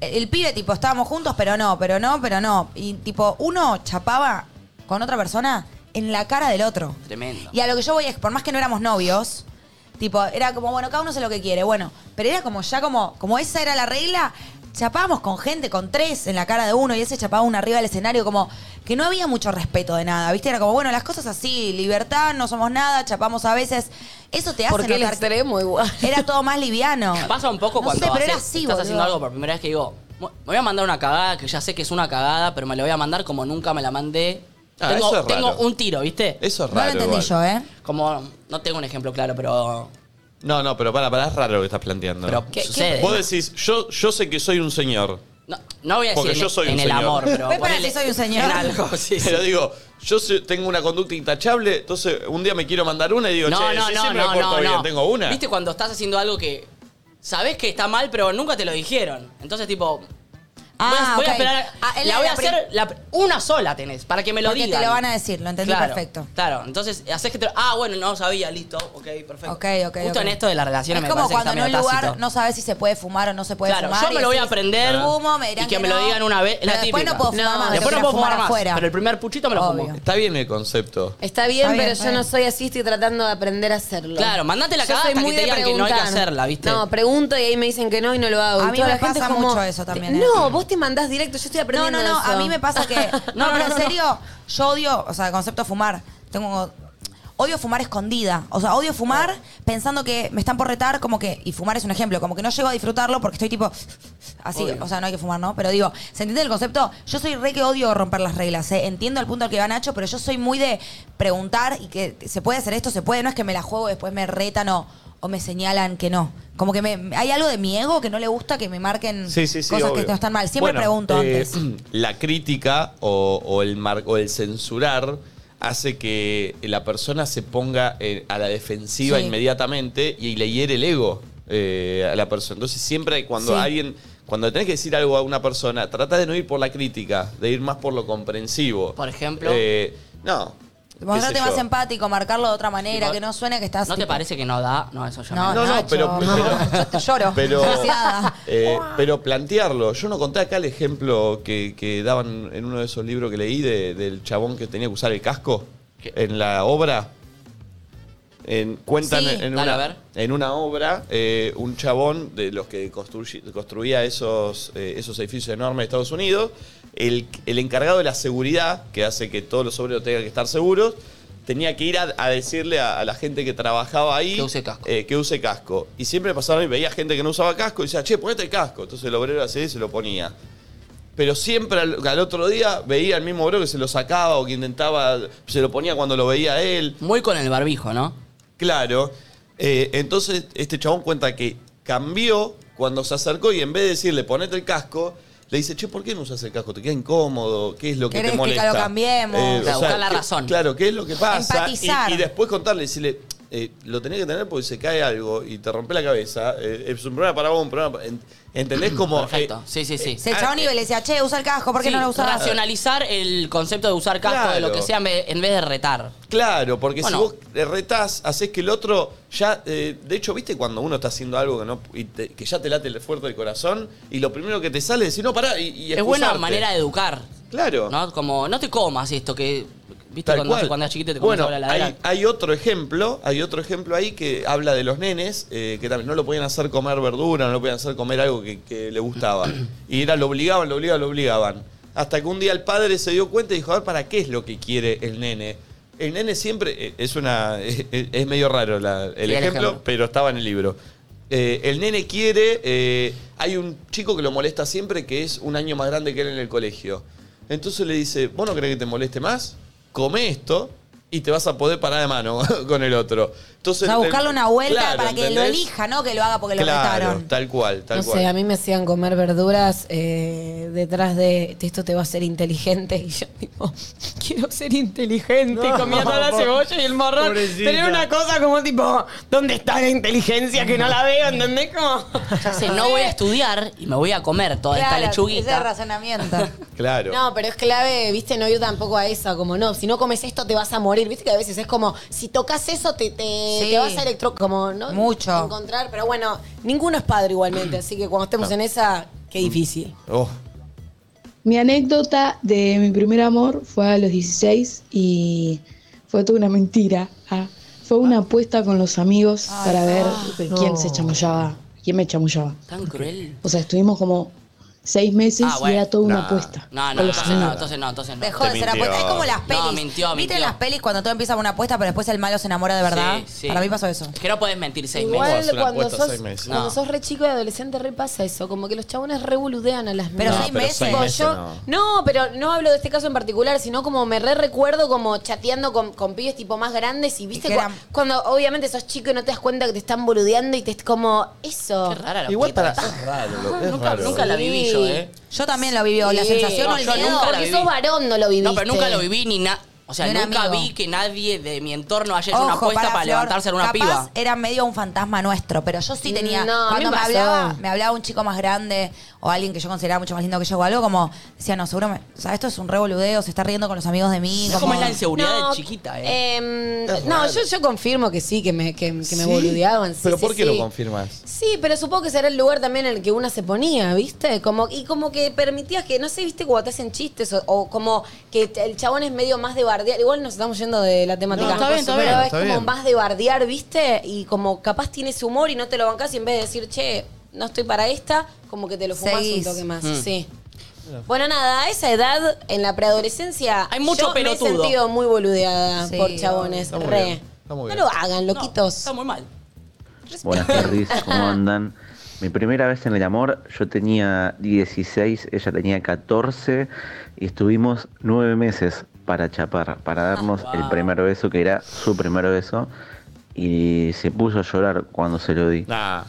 Speaker 3: eh, el, el pibe, tipo, estábamos juntos, pero no, pero no, pero no. Y, tipo, uno chapaba con otra persona en la cara del otro.
Speaker 2: Tremendo.
Speaker 3: Y a lo que yo voy es, por más que no éramos novios, tipo, era como, bueno, cada uno hace lo que quiere, bueno, pero era como ya como, como esa era la regla, chapábamos con gente, con tres en la cara de uno, y ese chapaba uno arriba del escenario, como que no había mucho respeto de nada, ¿viste? Era como, bueno, las cosas así, libertad, no somos nada, chapamos a veces, eso te hace
Speaker 4: Porque el
Speaker 3: notar que-
Speaker 4: extremo igual.
Speaker 3: Era todo más
Speaker 1: (laughs)
Speaker 3: liviano.
Speaker 2: Pasa un poco
Speaker 3: No
Speaker 2: cuando
Speaker 3: sé, pero era
Speaker 2: haces-
Speaker 3: así,
Speaker 2: estás
Speaker 3: boludo.
Speaker 2: haciendo algo por primera vez que digo, "Mu- me voy a mandar una cagada que ya sé que es una cagada, pero me la voy a mandar como nunca me la mandé.
Speaker 1: Ah,
Speaker 2: tengo
Speaker 1: eso es
Speaker 2: tengo
Speaker 1: raro.
Speaker 2: un tiro, ¿viste?
Speaker 1: Eso es
Speaker 3: No lo
Speaker 1: raro.
Speaker 3: entendí
Speaker 1: igual.
Speaker 3: yo, ¿eh?
Speaker 2: Como, no tengo un ejemplo claro, pero,
Speaker 1: No, no, pero para, para, es raro lo que estás planteando.
Speaker 2: pero
Speaker 4: ¿Qué- qué-
Speaker 2: sucede.
Speaker 1: Vos decís, yo, yo sé que soy un señor.
Speaker 2: No, no voy a decir
Speaker 1: Porque
Speaker 2: en,
Speaker 1: yo soy un
Speaker 2: en el
Speaker 1: señor.
Speaker 2: amor, pero
Speaker 3: Me parece
Speaker 2: ponele
Speaker 3: que soy un señor.
Speaker 2: En
Speaker 1: (laughs)
Speaker 2: algo, sí, sí.
Speaker 1: Pero digo, yo sé- tengo una conducta intachable, entonces un día me quiero mandar una y digo,
Speaker 2: No,
Speaker 1: che,
Speaker 2: no,
Speaker 1: si
Speaker 2: no,
Speaker 1: siempre me
Speaker 2: no,
Speaker 1: porto
Speaker 2: no,
Speaker 1: bien,
Speaker 2: no.
Speaker 1: tengo una.
Speaker 2: ¿Viste cuando estás haciendo algo que sabés que está mal, pero nunca te lo dijeron? Entonces, tipo, voy a- voy a,
Speaker 3: Ah, ok.
Speaker 2: esperar.
Speaker 3: Ah, es
Speaker 2: la
Speaker 3: la-
Speaker 2: voy a
Speaker 3: la prim-
Speaker 2: hacer la pr- una sola tenés, para que me lo
Speaker 3: Porque te
Speaker 2: digan.
Speaker 3: lo van a decir, lo entendí perfecto.
Speaker 2: Claro, entonces haces que te. Ah, bueno, no sabía, listo, ok, perfecto.
Speaker 3: Ok, ok.
Speaker 2: Justo
Speaker 3: ok.
Speaker 2: en esto de las relaciones
Speaker 3: es
Speaker 2: me
Speaker 3: como
Speaker 2: parece que
Speaker 3: cuando en
Speaker 2: está
Speaker 3: un
Speaker 2: medio
Speaker 3: lugar
Speaker 2: tácito.
Speaker 3: no sabes si se puede fumar o no se puede
Speaker 2: Claro,
Speaker 3: fumar.
Speaker 2: yo
Speaker 3: y
Speaker 2: me lo voy a
Speaker 3: decís,
Speaker 2: aprender
Speaker 3: fumo, me dirán
Speaker 2: y que, me lo
Speaker 3: no,
Speaker 2: digan una vez. Es
Speaker 3: pero
Speaker 2: la
Speaker 3: después
Speaker 2: típica.
Speaker 3: no puedo fumar
Speaker 4: No,
Speaker 3: más, me
Speaker 2: Después no
Speaker 3: quiero
Speaker 2: puedo fumar más.
Speaker 3: afuera.
Speaker 2: Pero el primer puchito me lo
Speaker 3: Obvio.
Speaker 2: fumo.
Speaker 1: Está bien el concepto.
Speaker 4: Está bien,
Speaker 3: Está bien,
Speaker 4: pero
Speaker 3: está
Speaker 4: yo
Speaker 3: bien.
Speaker 4: no soy así, estoy tratando de aprender a hacerlo.
Speaker 2: Claro, mandate la
Speaker 4: Yo
Speaker 2: cagada
Speaker 4: soy
Speaker 2: hasta que
Speaker 4: muy
Speaker 2: te
Speaker 4: de
Speaker 2: digan que no hay que
Speaker 4: preguntar.
Speaker 2: hacerla, ¿viste?
Speaker 4: No, pregunto y ahí me dicen que no y no lo hago.
Speaker 3: A
Speaker 4: Y
Speaker 3: mí
Speaker 4: toda
Speaker 3: me
Speaker 4: la gente
Speaker 3: pasa
Speaker 4: es como,
Speaker 3: mucho eso también, ¿eh?
Speaker 4: No, vos te mandás directo, yo estoy
Speaker 3: No,
Speaker 4: aprendiendo
Speaker 3: no, no, a
Speaker 4: eso.
Speaker 3: mí me
Speaker 4: (laughs)
Speaker 3: pasa que...
Speaker 2: No,
Speaker 3: No,
Speaker 2: no,
Speaker 3: pero
Speaker 2: no,
Speaker 3: en
Speaker 2: no.
Speaker 3: serio, yo odio, o sea, el concepto de fumar. Tengo... Odio fumar escondida. O sea, odio fumar pensando que me están por retar, como que... Y fumar es un ejemplo, como que no llego a disfrutarlo porque estoy tipo... Así, o sea, no hay que fumar, ¿no? Pero digo, ¿se entiende el concepto? Yo soy re que odio romper las reglas, ¿eh? Entiendo el punto al que va Nacho, pero yo soy muy de preguntar y que se puede hacer esto, se puede, no es que me la juego y después me retan o, o me señalan que no. Como que me, hay algo de mi ego que no le gusta que me marquen
Speaker 1: Sí, sí, sí.
Speaker 3: Mm. cosas
Speaker 1: obvio.
Speaker 3: que no están mal. Siempre
Speaker 1: Bueno,
Speaker 3: pregunto
Speaker 1: eh,
Speaker 3: antes.
Speaker 1: (clears throat) La crítica o, o el mar- o el censurar hace que la persona se ponga eh, a la defensiva
Speaker 3: Sí.
Speaker 1: inmediatamente y le hiere el ego eh, a la persona. Entonces siempre hay- cuando
Speaker 3: Sí.
Speaker 1: alguien, cuando tenés que decir algo a una persona, trata de no ir por la crítica, de ir más por lo comprensivo.
Speaker 2: Por ejemplo.
Speaker 1: Eh, no. qué
Speaker 3: Mostrarte
Speaker 1: sé yo.
Speaker 3: más empático, marcarlo de otra manera,
Speaker 2: Tipo,
Speaker 3: que no suene que estás.
Speaker 2: ¿No te
Speaker 3: tipo,
Speaker 2: parece que no da? No, eso ya
Speaker 3: No,
Speaker 1: No, no,
Speaker 3: Nacho,
Speaker 1: pero-
Speaker 3: no,
Speaker 1: pero-
Speaker 3: yo te lloro.
Speaker 1: Pero,
Speaker 3: Desgraciada.
Speaker 1: eh, pero plantearlo. Yo no conté acá el ejemplo que, que daban en uno de esos libros que leí de- del chabón que tenía que usar el casco en la obra. En- cuentan
Speaker 3: Sí.
Speaker 1: en, en
Speaker 2: Dale, a ver.
Speaker 1: una, en una obra eh, un chabón de los que construy- construía esos, eh, esos edificios enormes de Estados Unidos, el, el encargado de la seguridad, que hace que todos los obreros tengan que estar seguros, tenía que ir a, a decirle a, a la gente que trabajaba ahí
Speaker 2: Que use casco.
Speaker 1: eh, que use casco. Y siempre pasaba y veía gente que no usaba casco y decía, che, ponete el casco. Entonces el obrero hacía y se lo ponía. Pero siempre al, al otro día veía al mismo obrero que se lo sacaba o que intentaba, se lo ponía cuando lo veía a él.
Speaker 2: Muy con el barbijo, ¿no?
Speaker 1: Claro. Eh, entonces, este chabón cuenta que cambió cuando se acercó y en vez de decirle ponete el casco, le dice, che, ¿por qué no usas el casco? ¿Te queda incómodo? ¿Qué es lo que
Speaker 3: ¿Querés
Speaker 1: te
Speaker 3: que
Speaker 1: molesta?
Speaker 3: lo
Speaker 1: Eh,
Speaker 3: cambiemos?
Speaker 2: Claro, buscar la
Speaker 1: ¿qué-
Speaker 2: razón.
Speaker 1: Claro, ¿qué es lo que pasa? Y,
Speaker 3: Empatizar.
Speaker 1: y después contarle, decirle, eh, lo tenés que tener porque se cae algo y te rompe la cabeza. eh, es un problema para vos, un problema para... ent- ¿Entendés cómo...?
Speaker 2: Mm, Perfecto.
Speaker 1: eh,
Speaker 2: sí, sí, sí.
Speaker 3: Se echaba un nivel y le decía, che, usa el casco, ¿por qué
Speaker 2: Sí,
Speaker 3: no lo usas?
Speaker 2: Racionalizar el concepto de usar casco de lo
Speaker 1: Claro.
Speaker 2: que sea en vez- en vez de retar.
Speaker 1: Claro, porque
Speaker 2: Bueno.
Speaker 1: si vos le retás, haces que el otro ya. eh, de hecho, ¿viste cuando uno está haciendo algo que, no, y te- que ya te late el fuerte del corazón y lo primero que te sale es decir, no, pará, y, y
Speaker 2: Es buena
Speaker 1: excusarte?
Speaker 2: manera de educar.
Speaker 1: Claro.
Speaker 2: ¿No? Como, no te comas esto que. ¿Viste
Speaker 1: Tal
Speaker 2: cuando,
Speaker 1: cual.
Speaker 2: cuando eras chiquito te comes
Speaker 1: bueno,
Speaker 2: la
Speaker 1: hay,
Speaker 2: heladera?
Speaker 1: hay otro ejemplo, hay otro ejemplo ahí que habla de los nenes, eh, que también no lo podían hacer comer verdura, no lo podían hacer comer algo que, que
Speaker 2: (coughs)
Speaker 1: le gustaba. Y era, lo obligaban, lo obligaban, lo obligaban. Hasta que un día el padre se dio cuenta y dijo, a ver, ¿para qué es lo que quiere el nene? El nene siempre, eh, es una, (laughs) es, es medio raro la- el,
Speaker 2: Sí, el
Speaker 1: ejemplo,
Speaker 2: ejemplo.
Speaker 1: pero estaba en el libro. Eh, el nene quiere eh, hay un chico que lo molesta siempre que es un año más grande que él en el colegio. Entonces le dice, ¿vos no crees que te moleste más? Come esto y te vas a poder parar de mano (laughs) con el otro. Entonces,
Speaker 3: O sea, buscarle una vuelta
Speaker 1: Claro,
Speaker 3: para que lo
Speaker 1: ¿entendés?
Speaker 3: elija, ¿no? Que lo haga porque lo
Speaker 1: Claro,
Speaker 3: retaron.
Speaker 1: tal cual, tal
Speaker 4: no
Speaker 1: cual.
Speaker 4: sé, a mí me hacían comer verduras eh, detrás de esto te va a ser inteligente. (laughs) Y yo, tipo, quiero ser
Speaker 6: (laughs)
Speaker 4: inteligente.
Speaker 6: No,
Speaker 4: y comía toda la
Speaker 6: po-
Speaker 4: cebolla y el morrón.
Speaker 6: pobrecita.
Speaker 4: Pero era una cosa como, tipo, ¿dónde está la inteligencia que no la veo? ¿Entendés? Como.
Speaker 2: Ya sé, no voy a estudiar y me voy a comer toda esta
Speaker 3: Ese
Speaker 2: lechuguita.
Speaker 1: (laughs)
Speaker 3: razonamiento.
Speaker 1: Claro.
Speaker 4: No, pero es clave, viste, no ir tampoco a esa, como no, si no comes esto te vas a morir, viste que a veces es como, si tocas eso te, te,
Speaker 3: Sí.
Speaker 4: te vas a electro, como no
Speaker 3: Mucho. Mm.
Speaker 4: encontrar, pero bueno, ninguno es padre igualmente, así que cuando estemos en esa, qué difícil.
Speaker 1: Oh,
Speaker 8: Mi anécdota de mi primer amor fue a los 16 y fue toda una mentira. Ah, fue una apuesta con los amigos para ver quién se chamullaba, quién me chamullaba.
Speaker 2: Tan cruel.
Speaker 8: O sea, estuvimos como seis meses
Speaker 2: Ah, bueno.
Speaker 8: y era toda una
Speaker 1: Nah.
Speaker 8: apuesta.
Speaker 2: No, no,
Speaker 8: con los
Speaker 2: entonces no,
Speaker 8: amigos.
Speaker 2: entonces no, entonces no.
Speaker 3: Dejó
Speaker 1: Te
Speaker 3: de ser
Speaker 1: mintió.
Speaker 3: apuesta. Es como las pelis.
Speaker 2: No, mintió,
Speaker 3: ¿Viste
Speaker 2: mintió.
Speaker 3: las pelis cuando todo empieza con una apuesta, pero después el malo se enamora de verdad?
Speaker 2: Sí, sí.
Speaker 3: Para mí pasó eso.
Speaker 2: Que no puedes mentir seis meses.
Speaker 1: Vamos a
Speaker 4: Igual
Speaker 1: hacer una
Speaker 4: cuando
Speaker 1: apuesta
Speaker 4: sos,
Speaker 1: seis meses.
Speaker 4: cuando
Speaker 2: No.
Speaker 4: sos re chico y adolescente re pasa eso, como que los chabones revoludean a las
Speaker 3: Pero
Speaker 4: nenas.
Speaker 3: seis
Speaker 1: pero
Speaker 3: meses.
Speaker 1: seis
Speaker 4: Tipo,
Speaker 1: meses
Speaker 4: yo-
Speaker 1: no.
Speaker 4: no. pero no hablo de este caso en particular, sino como me re recuerdo como chateando con, con pibes tipo más grandes y viste
Speaker 3: que
Speaker 4: cu-
Speaker 3: eran-
Speaker 4: cuando obviamente sos chico y no te das cuenta que te están boludeando y te es como eso.
Speaker 2: Qué rara la
Speaker 1: Igual para.
Speaker 2: puta.
Speaker 1: Es raro, loco, es
Speaker 2: Nunca,
Speaker 1: raro.
Speaker 2: nunca la viví yo, ¿eh?
Speaker 3: Yo también lo viví, o la
Speaker 4: Sí.
Speaker 3: sensación
Speaker 2: No,
Speaker 3: o el
Speaker 2: yo
Speaker 3: miedo.
Speaker 2: nunca la
Speaker 4: porque
Speaker 2: viví.
Speaker 4: sos varón no lo viviste.
Speaker 2: No, pero nunca lo viví ni nada. O sea,
Speaker 3: Ni un
Speaker 2: nunca
Speaker 3: amigo.
Speaker 2: vi que nadie de mi entorno haya hecho una
Speaker 3: Ojo,
Speaker 2: apuesta para,
Speaker 3: Flor,
Speaker 2: levantarse a una
Speaker 3: capaz
Speaker 2: piba.
Speaker 3: Era medio un fantasma nuestro, pero yo sí tenía.
Speaker 4: No, a mí
Speaker 3: cuando
Speaker 4: me
Speaker 3: me,
Speaker 4: pasó.
Speaker 3: hablaba, me hablaba un chico más grande o alguien que yo consideraba mucho más lindo que yo o algo, como decía, no, seguro me- o sea, esto es un revoludeo, se está riendo con los amigos de mí.
Speaker 2: Es como es la inseguridad de chiquita, ¿eh?
Speaker 4: em,
Speaker 1: Es
Speaker 4: no,
Speaker 1: raro.
Speaker 4: yo, yo confirmo que sí, que me, que, que me
Speaker 1: ¿Sí?
Speaker 4: boludeaban. sí,
Speaker 1: ¿Pero
Speaker 4: sí,
Speaker 1: por qué
Speaker 4: sí.
Speaker 1: lo confirmas?
Speaker 4: Sí, pero supongo que será el lugar también en el que una se ponía, ¿viste? Como, y como que permitías que, no sé, ¿viste? Cuando te hacen chistes o, o como que t- el chabón es medio más de bardear. Igual nos estamos yendo de la temática.
Speaker 1: No, está bien, está
Speaker 4: Pero
Speaker 1: bien,
Speaker 4: es
Speaker 1: está
Speaker 4: como
Speaker 1: bien.
Speaker 4: más de bardear, ¿viste? Y como capaz tienes humor y no te lo bancás y en vez de decir, che, no estoy para esta, como que te lo fumás
Speaker 3: Seguís.
Speaker 4: un toque más. Sí. Bueno, nada, a esa edad, en la preadolescencia,
Speaker 2: Hay mucho
Speaker 4: yo me he
Speaker 2: pelotudo.
Speaker 4: sentido muy boludeada
Speaker 3: Sí,
Speaker 4: por chabones.
Speaker 1: Está muy
Speaker 4: Re.
Speaker 1: bien, está muy bien.
Speaker 4: No lo hagan,
Speaker 2: No,
Speaker 4: loquitos.
Speaker 2: está muy mal.
Speaker 9: Buenas
Speaker 2: (laughs)
Speaker 9: tardes, ¿cómo andan? Mi primera vez en el amor, yo tenía 16, ella tenía 14 y estuvimos nueve meses para chapar, para darnos el primer beso, que era su primer beso, y se puso a llorar cuando se lo di.
Speaker 1: Nah.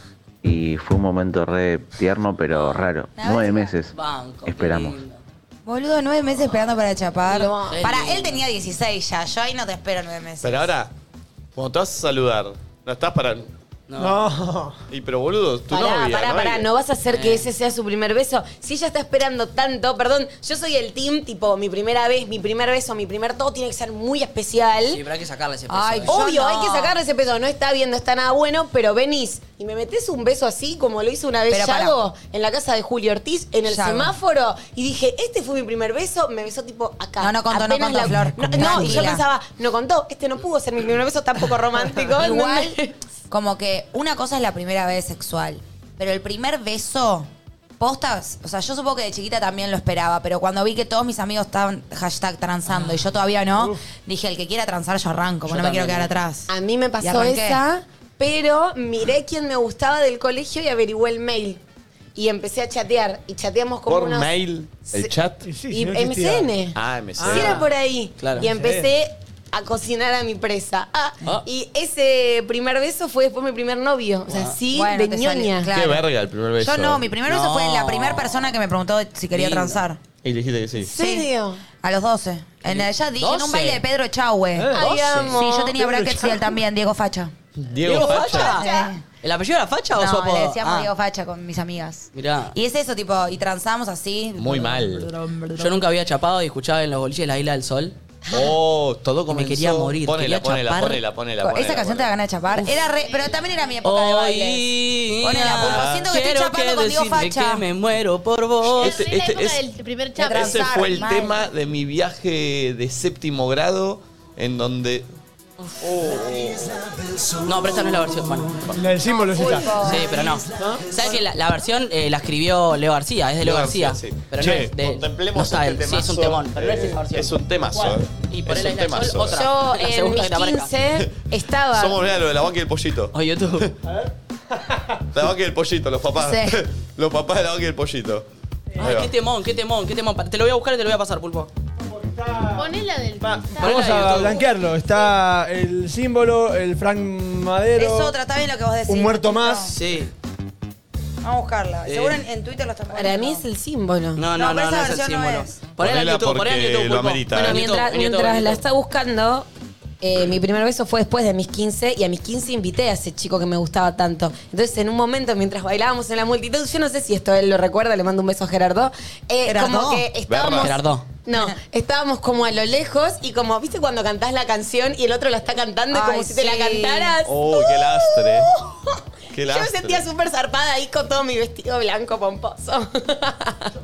Speaker 9: Y fue un momento re tierno, pero raro.
Speaker 3: Nah,
Speaker 9: Nueve
Speaker 3: sí.
Speaker 9: meses.
Speaker 2: Banco. qué
Speaker 9: Esperamos.
Speaker 2: lindo.
Speaker 3: Boludo, nueve meses esperando para chapar.
Speaker 4: Lo-
Speaker 3: para
Speaker 2: Qué
Speaker 3: él
Speaker 2: lindo.
Speaker 3: tenía 16 ya, yo ahí no te espero nueve meses.
Speaker 1: Pero ahora, cuando te vas a saludar, no estás para.
Speaker 6: No.
Speaker 1: Y pero boludo, tu
Speaker 4: Pará,
Speaker 1: novia.
Speaker 4: pará,
Speaker 1: ¿no?
Speaker 4: pará, no vas a hacer que ese sea su primer beso. Si ella está esperando tanto, perdón, yo soy el team, tipo, mi primera vez, mi primer beso, mi primer todo tiene que ser muy especial.
Speaker 2: Sí, pero hay que sacarle ese peso.
Speaker 3: Ay,
Speaker 2: ¿eh?
Speaker 3: yo
Speaker 4: Obvio,
Speaker 3: no.
Speaker 4: hay que sacarle ese peso, no está bien, no está nada bueno, pero venís y me metés un beso así, como lo hizo una vez
Speaker 3: Pero pará.
Speaker 4: Yago, en la casa de Julio Ortiz, en el
Speaker 3: Yago.
Speaker 4: semáforo, y dije, este fue mi primer beso, me besó tipo acá.
Speaker 3: No, no contó, no
Speaker 4: Apenas
Speaker 3: contó,
Speaker 4: la-
Speaker 3: Flor.
Speaker 4: No, no, y yo
Speaker 3: Tranquila.
Speaker 4: pensaba, no contó, este no pudo ser mi primer beso,
Speaker 3: (laughs)
Speaker 4: tampoco romántico.
Speaker 3: Igual,
Speaker 4: ¿entendés?
Speaker 3: como que una cosa es la primera vez sexual, pero el primer beso, postas, o sea, yo supongo que de chiquita también lo esperaba, pero cuando vi que todos mis amigos estaban hashtag transando y yo todavía no, dije, el que quiera transar yo arranco, porque
Speaker 2: Yo
Speaker 3: no me quiero
Speaker 2: también.
Speaker 3: quedar atrás.
Speaker 4: (laughs) A mí me
Speaker 3: Y
Speaker 4: pasó
Speaker 3: arranqué.
Speaker 4: esa, pero miré quién me gustaba del colegio y averigué el mail. Y empecé a chatear. Y chateamos como
Speaker 1: Por
Speaker 4: unos...
Speaker 1: mail, el
Speaker 4: Sí.
Speaker 1: chat.
Speaker 6: Sí,
Speaker 4: Y
Speaker 6: no existía.
Speaker 4: MCN.
Speaker 1: Ah, MC.
Speaker 4: Sí, era por ahí.
Speaker 2: Claro.
Speaker 4: Y empecé a cocinar a mi presa. Ah,
Speaker 2: Ah.
Speaker 4: Y ese primer beso fue después mi primer novio. O sea, sí,
Speaker 3: Bueno,
Speaker 4: de
Speaker 3: te salió,
Speaker 4: ñoña.
Speaker 3: claro.
Speaker 1: Qué verga el primer beso.
Speaker 3: Yo no, mi primer beso
Speaker 2: No.
Speaker 3: fue la primera persona que me preguntó si quería
Speaker 2: Lindo.
Speaker 3: transar.
Speaker 1: Y le dijiste que sí.
Speaker 4: ¿En serio?
Speaker 3: A los 12. En, el- ya dije, en un
Speaker 2: 12.
Speaker 3: baile de Pedro Chahue.
Speaker 4: Ay, amo.
Speaker 3: Sí, yo tenía
Speaker 6: Pedro
Speaker 3: brackets y él
Speaker 6: Chahue.
Speaker 3: también, Diego Facha.
Speaker 1: Diego, Facha.
Speaker 3: Sí.
Speaker 2: ¿El apellido era Facha o su
Speaker 3: No,
Speaker 2: apodo?
Speaker 3: le decíamos
Speaker 2: Ah,
Speaker 3: Diego Facha con mis amigas.
Speaker 2: Mirá.
Speaker 3: Y es eso, tipo, y transamos así.
Speaker 1: Muy mal.
Speaker 2: Yo nunca había chapado y escuchaba en los boliches la Isla del Sol.
Speaker 1: Oh, todo comenzó.
Speaker 2: quería morir,
Speaker 1: Ponela,
Speaker 2: quería
Speaker 1: ponela,
Speaker 2: chapar.
Speaker 1: ponela, ponela,
Speaker 3: Esa
Speaker 1: ponela.
Speaker 3: canción te da
Speaker 1: ponela.
Speaker 3: ganas de chapar. Era re, pero también era mi época de baile.
Speaker 2: Hoy.
Speaker 3: Ponela, Pulpo. Siento que estoy
Speaker 2: quiero
Speaker 3: chapando con Diego
Speaker 2: decirme
Speaker 3: Facha.
Speaker 2: que me muero por vos.
Speaker 1: Este-
Speaker 5: Era la
Speaker 1: este
Speaker 5: época
Speaker 1: es-
Speaker 5: del primer
Speaker 3: de
Speaker 5: chapa.
Speaker 1: Ese
Speaker 3: transar,
Speaker 1: fue el
Speaker 3: mal.
Speaker 1: tema de mi viaje de séptimo grado, en donde. Oh.
Speaker 2: No, pero esta no es la versión. Bueno,
Speaker 6: La del símbolo es esta.
Speaker 3: Oh.
Speaker 2: sí, pero no. ¿Sabes que la, la versión eh, la escribió Leo García? Es de Leo,
Speaker 1: Leo
Speaker 2: García.
Speaker 1: García, sí.
Speaker 2: Pero no
Speaker 1: Che,
Speaker 2: es de.
Speaker 1: contemplemos
Speaker 2: no está
Speaker 1: este
Speaker 2: él. Sí, es un
Speaker 1: temazo,
Speaker 2: temón. Pero no es
Speaker 1: eh,
Speaker 2: esa versión.
Speaker 1: es un temazo,
Speaker 2: ¿Cuál?
Speaker 1: eh.
Speaker 2: Y por
Speaker 1: Es
Speaker 2: la
Speaker 1: un
Speaker 2: Isla del Sol,
Speaker 1: temazo.
Speaker 2: otra.
Speaker 4: Yo
Speaker 2: La
Speaker 4: en
Speaker 2: segunda
Speaker 4: mis
Speaker 2: que te aparezca.
Speaker 4: 15 estaba...
Speaker 1: Somos mirá, lo de la banca y el pollito.
Speaker 2: Oye, Oh, YouTube.
Speaker 1: La vaca y el pollito, los papás.
Speaker 10: Sí.
Speaker 1: (laughs) los papás de la vaca y el pollito. Ahí
Speaker 10: Ay,
Speaker 1: va.
Speaker 10: qué temón, qué temón, qué temón. Te lo voy a buscar y te lo voy a pasar, Pulpo.
Speaker 5: Ponela del.
Speaker 6: Vamos a blanquearlo. Está el símbolo, el Frank Madero.
Speaker 3: Es otra, está bien lo que vos decís.
Speaker 6: Un muerto más.
Speaker 10: Sí.
Speaker 3: Vamos a buscarla.
Speaker 10: Sí.
Speaker 3: Seguro en, en Twitter lo están
Speaker 4: Para mí es el símbolo.
Speaker 10: No, no, no,
Speaker 3: No, pero
Speaker 10: no,
Speaker 3: esa
Speaker 10: es el
Speaker 3: versión no
Speaker 10: símbolo.
Speaker 3: es.
Speaker 10: Ponela en
Speaker 1: Ponela
Speaker 10: YouTube, ponela en
Speaker 1: porque
Speaker 10: YouTube,
Speaker 1: lo
Speaker 10: Pulpo.
Speaker 1: amerita,
Speaker 10: Ponela
Speaker 1: eh.
Speaker 10: en YouTube,
Speaker 4: Mientras,
Speaker 10: en YouTube,
Speaker 4: mientras
Speaker 10: en
Speaker 4: la
Speaker 10: YouTube.
Speaker 4: está buscando, eh, mi primer beso fue después de mis 15 y a mis 15 invité a ese chico que me gustaba tanto. Entonces, en un momento, mientras bailábamos en la multitud, yo no sé si esto él lo recuerda, le mando un beso a Gerardo. eh,
Speaker 3: Gerardo.
Speaker 4: Como que estábamos.
Speaker 1: Berra.
Speaker 10: Gerardo.
Speaker 4: No, estábamos como a lo lejos y como, ¿viste cuando cantás la canción y el otro la está cantando
Speaker 3: Ay,
Speaker 4: como si te la
Speaker 3: sí.
Speaker 4: cantaras?
Speaker 1: Oh, qué lastre. Qué
Speaker 4: yo me
Speaker 1: lastre.
Speaker 4: sentía súper zarpada ahí con todo mi vestido blanco pomposo.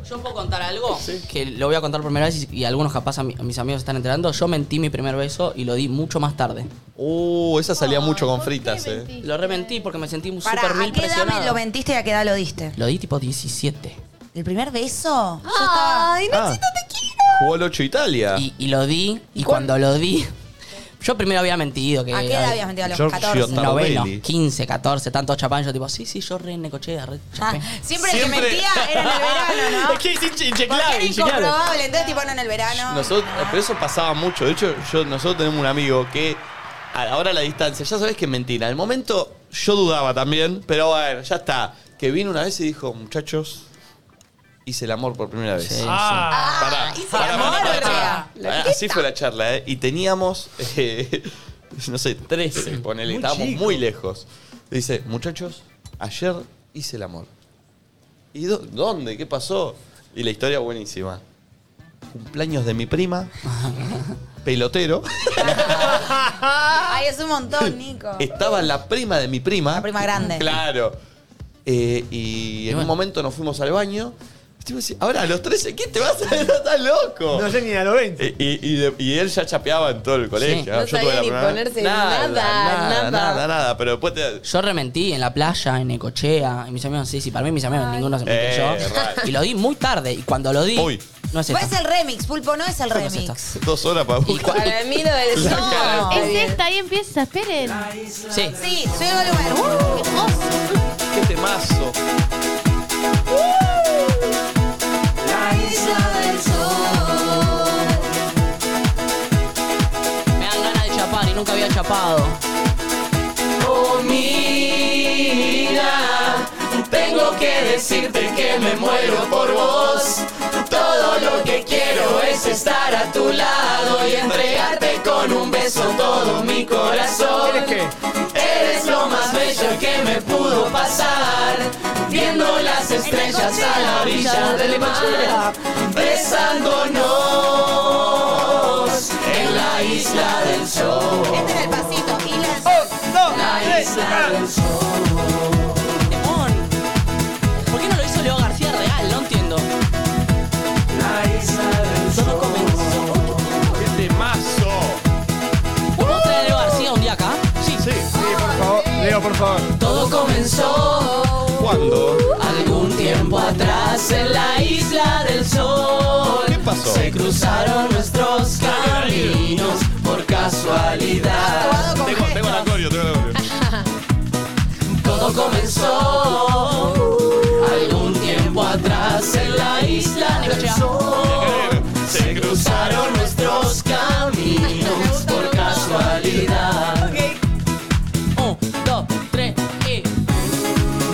Speaker 10: Yo puedo contar algo que lo voy a contar por primera vez y, y algunos capaz a, mi- a mis amigos se están enterando. Yo mentí mi primer beso y lo di mucho más tarde.
Speaker 1: Uh, esa salía mucho con
Speaker 5: ¿por qué
Speaker 1: fritas, eh.
Speaker 5: mentí?
Speaker 10: Lo rementí porque me sentí
Speaker 3: Para,
Speaker 10: súper mil
Speaker 3: ¿a qué edad me
Speaker 10: presionado.
Speaker 3: lo mentiste y a qué edad lo diste?
Speaker 10: Lo di tipo 17.
Speaker 3: ¿El primer beso? Yo estaba...
Speaker 4: Ay,
Speaker 1: Ah.
Speaker 4: Nachito, te quiero.
Speaker 1: Jugó el 8 Italia.
Speaker 10: Y, y lo di, y cuando lo di, yo primero había mentido. Que
Speaker 3: ¿A qué edad habías mentido? A los
Speaker 1: Giorgio
Speaker 3: 14.
Speaker 1: Tar-
Speaker 10: Noveno,
Speaker 1: Tardelli.
Speaker 10: 15, 14, tanto chapán. Yo tipo, sí, sí, yo re en Necochea, re
Speaker 3: Ah,
Speaker 10: chapé.
Speaker 3: siempre, el que
Speaker 1: Siempre-
Speaker 3: mentía era en el verano, ¿no?
Speaker 1: (laughs) Es que es inche-
Speaker 3: Porque
Speaker 1: inchequeable,
Speaker 3: era
Speaker 1: inchequeable.
Speaker 3: incomprobable. Entonces, tipo, no en el verano.
Speaker 1: Nosotros, pero eso pasaba mucho. De hecho, yo, nosotros tenemos un amigo que a la hora de la distancia, ya sabés que es mentira. Al momento yo dudaba también, pero bueno, ya está. Que vino una vez y dijo, muchachos, hice el amor por primera vez.
Speaker 10: Sí,
Speaker 6: Ah,
Speaker 1: Pará,
Speaker 4: hice
Speaker 1: pará,
Speaker 4: el
Speaker 1: pará,
Speaker 4: amor,
Speaker 1: pará,
Speaker 4: verga.
Speaker 1: pará. Ah, Así fue la charla, ¿eh? Y teníamos, eh, (laughs) no sé, 13, ponele.
Speaker 6: Muy
Speaker 1: Estábamos
Speaker 6: chico.
Speaker 1: muy lejos. Dice, muchachos, ayer hice el amor. ¿Y dó- dónde? ¿Qué pasó? Y la historia buenísima. Cumpleaños de mi prima, pelotero.
Speaker 3: Ay, es un montón, Nico.
Speaker 1: Estaba la prima de mi prima.
Speaker 3: La prima grande.
Speaker 1: Claro. Eh, y en
Speaker 10: bueno.
Speaker 1: un momento nos fuimos al baño. Este me decía, Ahora, a los 13, ¿qué te vas a ver? Estás loco.
Speaker 6: no sé ni a los 20.
Speaker 1: Y, y- y de- y él ya chapeaba en todo el colegio.
Speaker 10: Sí.
Speaker 4: No sabía ni
Speaker 1: primera-
Speaker 4: ponerse nada,
Speaker 1: nada,
Speaker 4: nada.
Speaker 1: nada, nada, Pero después te.
Speaker 10: Yo rementí en la playa, en Ecochea, y mis amigos, sí, sí, para mí mis amigos ninguno se
Speaker 1: Eh,
Speaker 10: mintió
Speaker 1: raro.
Speaker 10: Y lo di muy tarde, y cuando lo di,
Speaker 1: Uy.
Speaker 10: no es
Speaker 3: No
Speaker 10: esta.
Speaker 3: Pues es el remix, Pulpo, no es el
Speaker 10: No es esta.
Speaker 3: remix.
Speaker 1: Dos horas para
Speaker 10: Y cua-
Speaker 4: (laughs) Para mí lo del
Speaker 1: La
Speaker 4: no.
Speaker 1: cara
Speaker 5: Es esta, ahí empieza, esperen.
Speaker 10: Sí.
Speaker 3: Sí, soy el volumen. Uh,
Speaker 1: ¡Qué
Speaker 4: este
Speaker 1: temazo!
Speaker 10: Me dan ganas de chapar y nunca había chapado. Oh, mira, tengo que decirte que me muero por vos. Todo lo que quiero es estar a tu lado y entregarte con un beso todo mi corazón.
Speaker 6: ¿Quieres qué?
Speaker 10: Eres lo más bello que me pudo pasar. Viendo las estrellas a la orilla del mar. Besándonos en la isla del sol.
Speaker 3: este era el pasito. Y las...
Speaker 6: No, tres, ah.
Speaker 10: Temón. ¿Por qué no lo hizo Leo García Real? No entiendo. Todo comenzó.
Speaker 1: ¡Qué temazo!
Speaker 10: ¿Podemos traer a Leo García un día acá? Sí.
Speaker 1: Sí.
Speaker 6: Sí, por favor. Oh, Leo, por favor.
Speaker 10: Todo comenzó
Speaker 1: ¿Cuándo?
Speaker 10: algún tiempo atrás en la isla del sol.
Speaker 1: ¿Qué pasó?
Speaker 10: Se cruzaron nuestros caminos por casualidad.
Speaker 1: Tengo, tengo la coreo, tengo la coreo.
Speaker 10: Todo comenzó algún tiempo atrás en la isla del sol. Se cruzaron nuestros caminos por casualidad. Un, dos, tres y.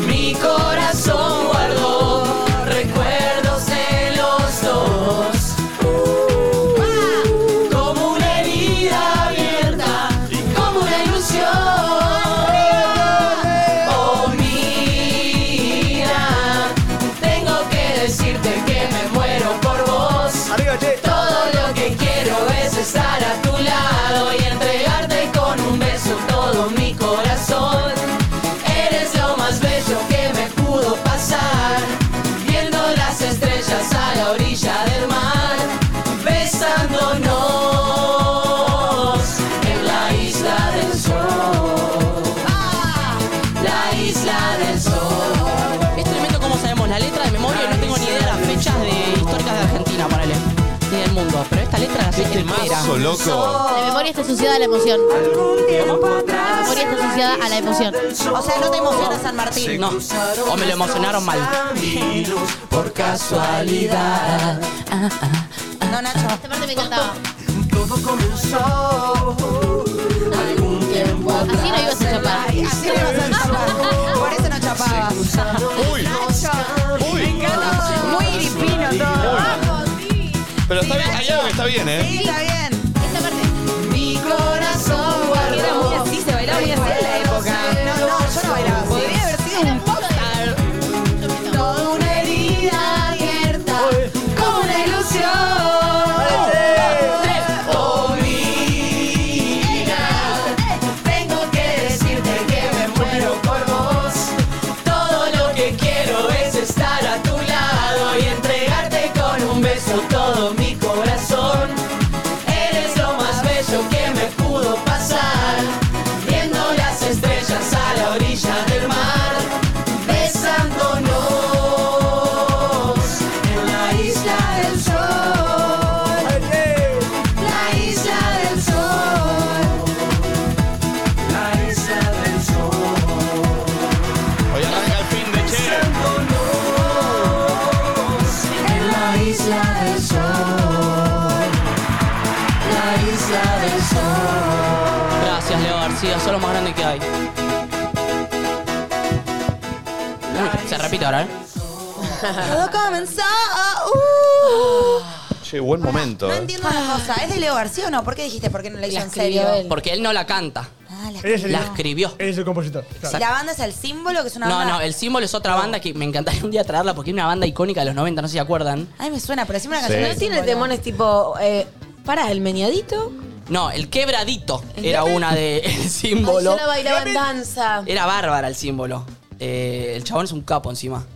Speaker 10: Mi corazón guardó recuerdos de los dos. Uh. Como una herida abierta y como una ilusión. Oh, mira.
Speaker 3: Ah, Mira.
Speaker 1: Eso, loco.
Speaker 5: La memoria está asociada a la emoción. La memoria está asociada a la emoción.
Speaker 3: O sea, no te emociona San Martín.
Speaker 2: No, o me lo emocionaron mal. Por casualidad.
Speaker 3: No, Nacho.
Speaker 5: Esta parte me encantaba. Así no ibas a chapar.
Speaker 3: Así no ibas a chapar. Por eso no chapaba.
Speaker 1: Uy. Uy.
Speaker 3: Muy iripino todo.
Speaker 1: Pero está bien, hay algo que está bien, ¿eh?
Speaker 3: Sí, está bien.
Speaker 5: Esta parte.
Speaker 4: Era muy así, se bailaba muy así en la época.
Speaker 3: No, no, yo no bailaba así.
Speaker 4: Podría haber sido un popstar. Toda una herida abierta, como una ilusión. Tengo que decirte que me muero por vos. Todo lo que quiero es estar a tu lado y entregarte con un beso todo mi corazón. Eres lo más bello que me pudo pasar. Viendo las estrellas a la orilla del mar. Besándonos en la isla del sol. La isla del sol. La isla del sol.
Speaker 1: Hoy arranca el fin de Che.
Speaker 4: En la isla del sol. La isla del sol.
Speaker 2: Gracias, Leo García, sos lo más grande que hay. Uy, se repite ahora, ¿eh?
Speaker 3: Todo comenzó. uh.
Speaker 1: Che, buen momento.
Speaker 3: No
Speaker 1: eh.
Speaker 3: entiendo una cosa. ¿Es de Leo García o no? ¿Por qué dijiste por qué no la hizo
Speaker 4: La
Speaker 3: en
Speaker 4: escribió
Speaker 3: serio?
Speaker 4: él.
Speaker 2: Porque él no la canta,
Speaker 3: Ah, la
Speaker 6: Él es el-
Speaker 2: la escribió.
Speaker 6: Él es el compositor. claro.
Speaker 3: La banda es el símbolo, que es una
Speaker 2: No,
Speaker 3: banda.
Speaker 2: no, el símbolo es otra banda que me encantaría un día traerla porque es una banda icónica de los 90, no sé si se acuerdan.
Speaker 3: Ay, me suena, pero decime una
Speaker 1: Sí.
Speaker 3: canción.
Speaker 4: No
Speaker 3: del
Speaker 4: tiene
Speaker 3: símbolo.
Speaker 4: demones tipo. Eh, para, el meñadito.
Speaker 2: No, el quebradito era una de (laughs) el símbolo.
Speaker 4: Ay, yo la bailaba en danza.
Speaker 2: Era bárbara el símbolo. Eh, el chabón es un capo encima.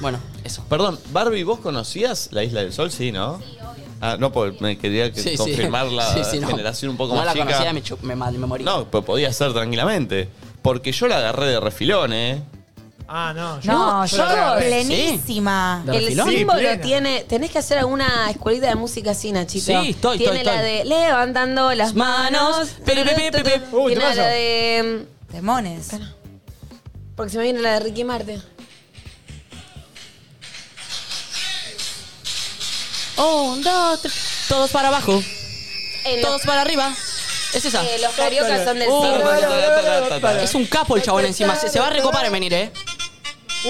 Speaker 2: Bueno, eso.
Speaker 1: Perdón, Barbie, ¿vos conocías la Isla del Sol? Sí, ¿no? Sí, obvio. Ah, no, porque me quería que-
Speaker 2: Sí, sí.
Speaker 1: confirmar la
Speaker 2: (laughs) Sí, sí, no.
Speaker 1: generación un poco
Speaker 2: no
Speaker 1: más
Speaker 2: la
Speaker 1: chica.
Speaker 2: conocía, me, chu- me, ma- me morí.
Speaker 1: No, pero podía ser tranquilamente. Porque yo la agarré de refilón, ¿eh?
Speaker 6: Ah, no. yo-
Speaker 3: No,
Speaker 6: yo
Speaker 3: yo
Speaker 6: la agarré.
Speaker 3: plenísima.
Speaker 2: ¿De
Speaker 4: El
Speaker 2: refilón?
Speaker 4: símbolo
Speaker 6: plena.
Speaker 4: tiene. Tenés que hacer alguna escuelita de música así, Nachito.
Speaker 2: Sí, estoy,
Speaker 4: Tiene
Speaker 2: estoy,
Speaker 4: la
Speaker 2: estoy.
Speaker 4: de levantando las manos.
Speaker 2: Pi, pi, pi, pi, pi.
Speaker 6: Uy,
Speaker 4: Tiene
Speaker 6: temazo.
Speaker 4: la de. mm,
Speaker 3: Demones.
Speaker 4: Porque se me viene la de Ricky Martin.
Speaker 2: Un, dos, tres. Todos para abajo,
Speaker 4: En
Speaker 2: todos para arriba. Es esa.
Speaker 4: eh, los cariocas son del
Speaker 2: Uh,
Speaker 4: sur.
Speaker 2: Es un capo el chabón encima. Se, se va a recopar en venir, eh.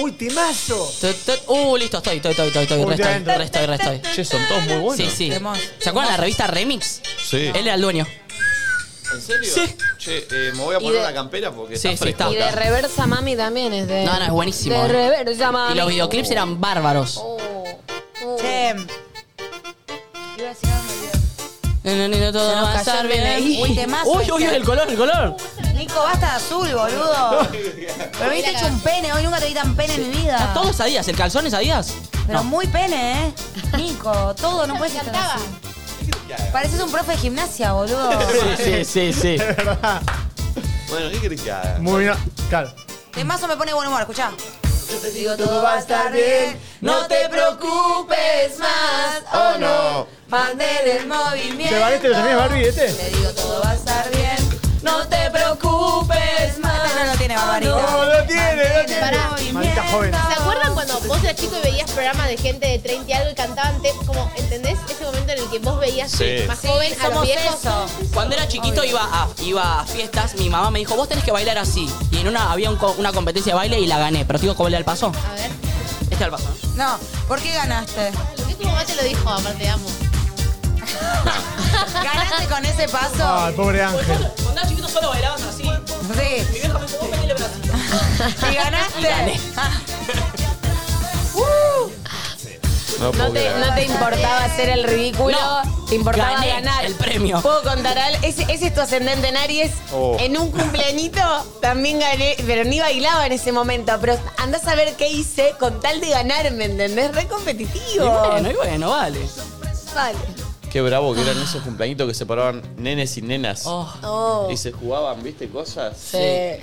Speaker 6: Uy, temazo.
Speaker 2: Tu, tu, Uh, listo, estoy, estoy, estoy, estoy, estoy.
Speaker 6: Uy,
Speaker 2: Restoy,
Speaker 6: dentro.
Speaker 2: restoy, restoy.
Speaker 1: Che, son todos muy buenos.
Speaker 2: Sí, sí.
Speaker 3: Hermoso.
Speaker 2: ¿Se acuerdan de la revista Remix?
Speaker 1: Sí.
Speaker 2: Él era el dueño.
Speaker 1: ¿En serio?
Speaker 2: Sí.
Speaker 1: Che, eh, me voy a
Speaker 4: Y
Speaker 1: poner
Speaker 4: de-
Speaker 1: la campera porque
Speaker 2: Sí,
Speaker 1: está
Speaker 2: sí, está.
Speaker 1: fresco.
Speaker 4: Y de reversa mami también es de.
Speaker 2: No, no, es buenísimo.
Speaker 4: De
Speaker 2: eh.
Speaker 4: reversa mami.
Speaker 2: Y los videoclips eran bárbaros.
Speaker 4: Oh, oh.
Speaker 3: Che,
Speaker 2: No, no, no, todo
Speaker 3: Se nos
Speaker 2: va a
Speaker 3: cayó
Speaker 2: estar
Speaker 3: el DNI.
Speaker 2: bien.
Speaker 3: Uy,
Speaker 2: Uy,
Speaker 3: temazo
Speaker 2: uy, uy,
Speaker 3: este.
Speaker 2: el color, el color.
Speaker 3: Nico, basta de azul, boludo. Pero viste hecho un pene, hoy nunca te vi tan pene en mi vida.
Speaker 2: Está todo es Adidas, el calzón es Adidas.
Speaker 3: Ah. Pero
Speaker 2: No.
Speaker 3: muy pene, (laughs) ¿eh? Nico, todo, no puedes estar así. Pareces un profe de gimnasia, boludo. (laughs)
Speaker 2: Sí, sí, sí, sí.
Speaker 6: Es verdad.
Speaker 1: Bueno, ¿qué querés que haga?
Speaker 6: Muy bien. Claro.
Speaker 3: Temazo me pone buen humor, escuchá. Yo te digo todo va a estar bien, no te preocupes más, oh no, mantén el movimiento.
Speaker 6: ¿Te valiste los amigos Barbie, este?
Speaker 3: Te digo todo va a estar bien, no te preocupes más. Ah, No, no tiene barbarita.
Speaker 6: No, no tiene, no tiene.
Speaker 5: Pará.
Speaker 6: Maldita joven.
Speaker 5: ¿Se acuerdan cuando vos eras chico y veías programas de gente de 30 y algo y cantaban te- como, ¿entendés? Ese momento en el que vos veías
Speaker 1: Sí.
Speaker 5: más
Speaker 3: Sí,
Speaker 5: joven a los
Speaker 3: somos
Speaker 5: viejos.
Speaker 3: eso.
Speaker 2: Cuando era chiquito iba a, iba a fiestas, mi mamá me dijo, vos tenés que bailar así. Y en una había un co- una competencia de baile y la gané. Pero te digo, ¿cómo le al paso?
Speaker 5: A ver.
Speaker 2: Este era el paso, ¿no?
Speaker 3: No, ¿por qué ganaste?
Speaker 5: Lo que tu mamá te lo dijo, aparte amo.
Speaker 3: ¿Ganaste con ese
Speaker 6: Ay,
Speaker 3: paso?
Speaker 6: pobre Ángel.
Speaker 2: Cuando era chiquito solo bailabas así. Mi
Speaker 3: Sí.
Speaker 2: vieja me dijo, vos el brazo.
Speaker 3: ¿Y ganaste? Ah,
Speaker 2: Gané.
Speaker 1: No
Speaker 4: No
Speaker 1: puedo
Speaker 4: te,
Speaker 1: creer.
Speaker 4: no te importaba hacer el ridículo,
Speaker 2: No.
Speaker 4: te importaba
Speaker 2: Gané
Speaker 4: ganar.
Speaker 2: el premio.
Speaker 4: Puedo contar algo. Ese, ese es tu ascendente en Aries.
Speaker 1: Oh.
Speaker 4: En un cumpleañito también gané, pero ni bailaba en ese momento. Pero andás a ver qué hice con tal de ganar, ¿me entendés? Re
Speaker 2: Y
Speaker 4: competitivo.
Speaker 2: bueno, ¿eh? y bueno, vale.
Speaker 4: Vale.
Speaker 1: Qué bravo que eran esos cumpleañitos que separaban nenes y nenas.
Speaker 2: Oh,
Speaker 4: Oh,
Speaker 1: Y se jugaban, ¿viste? Cosas.
Speaker 4: sí.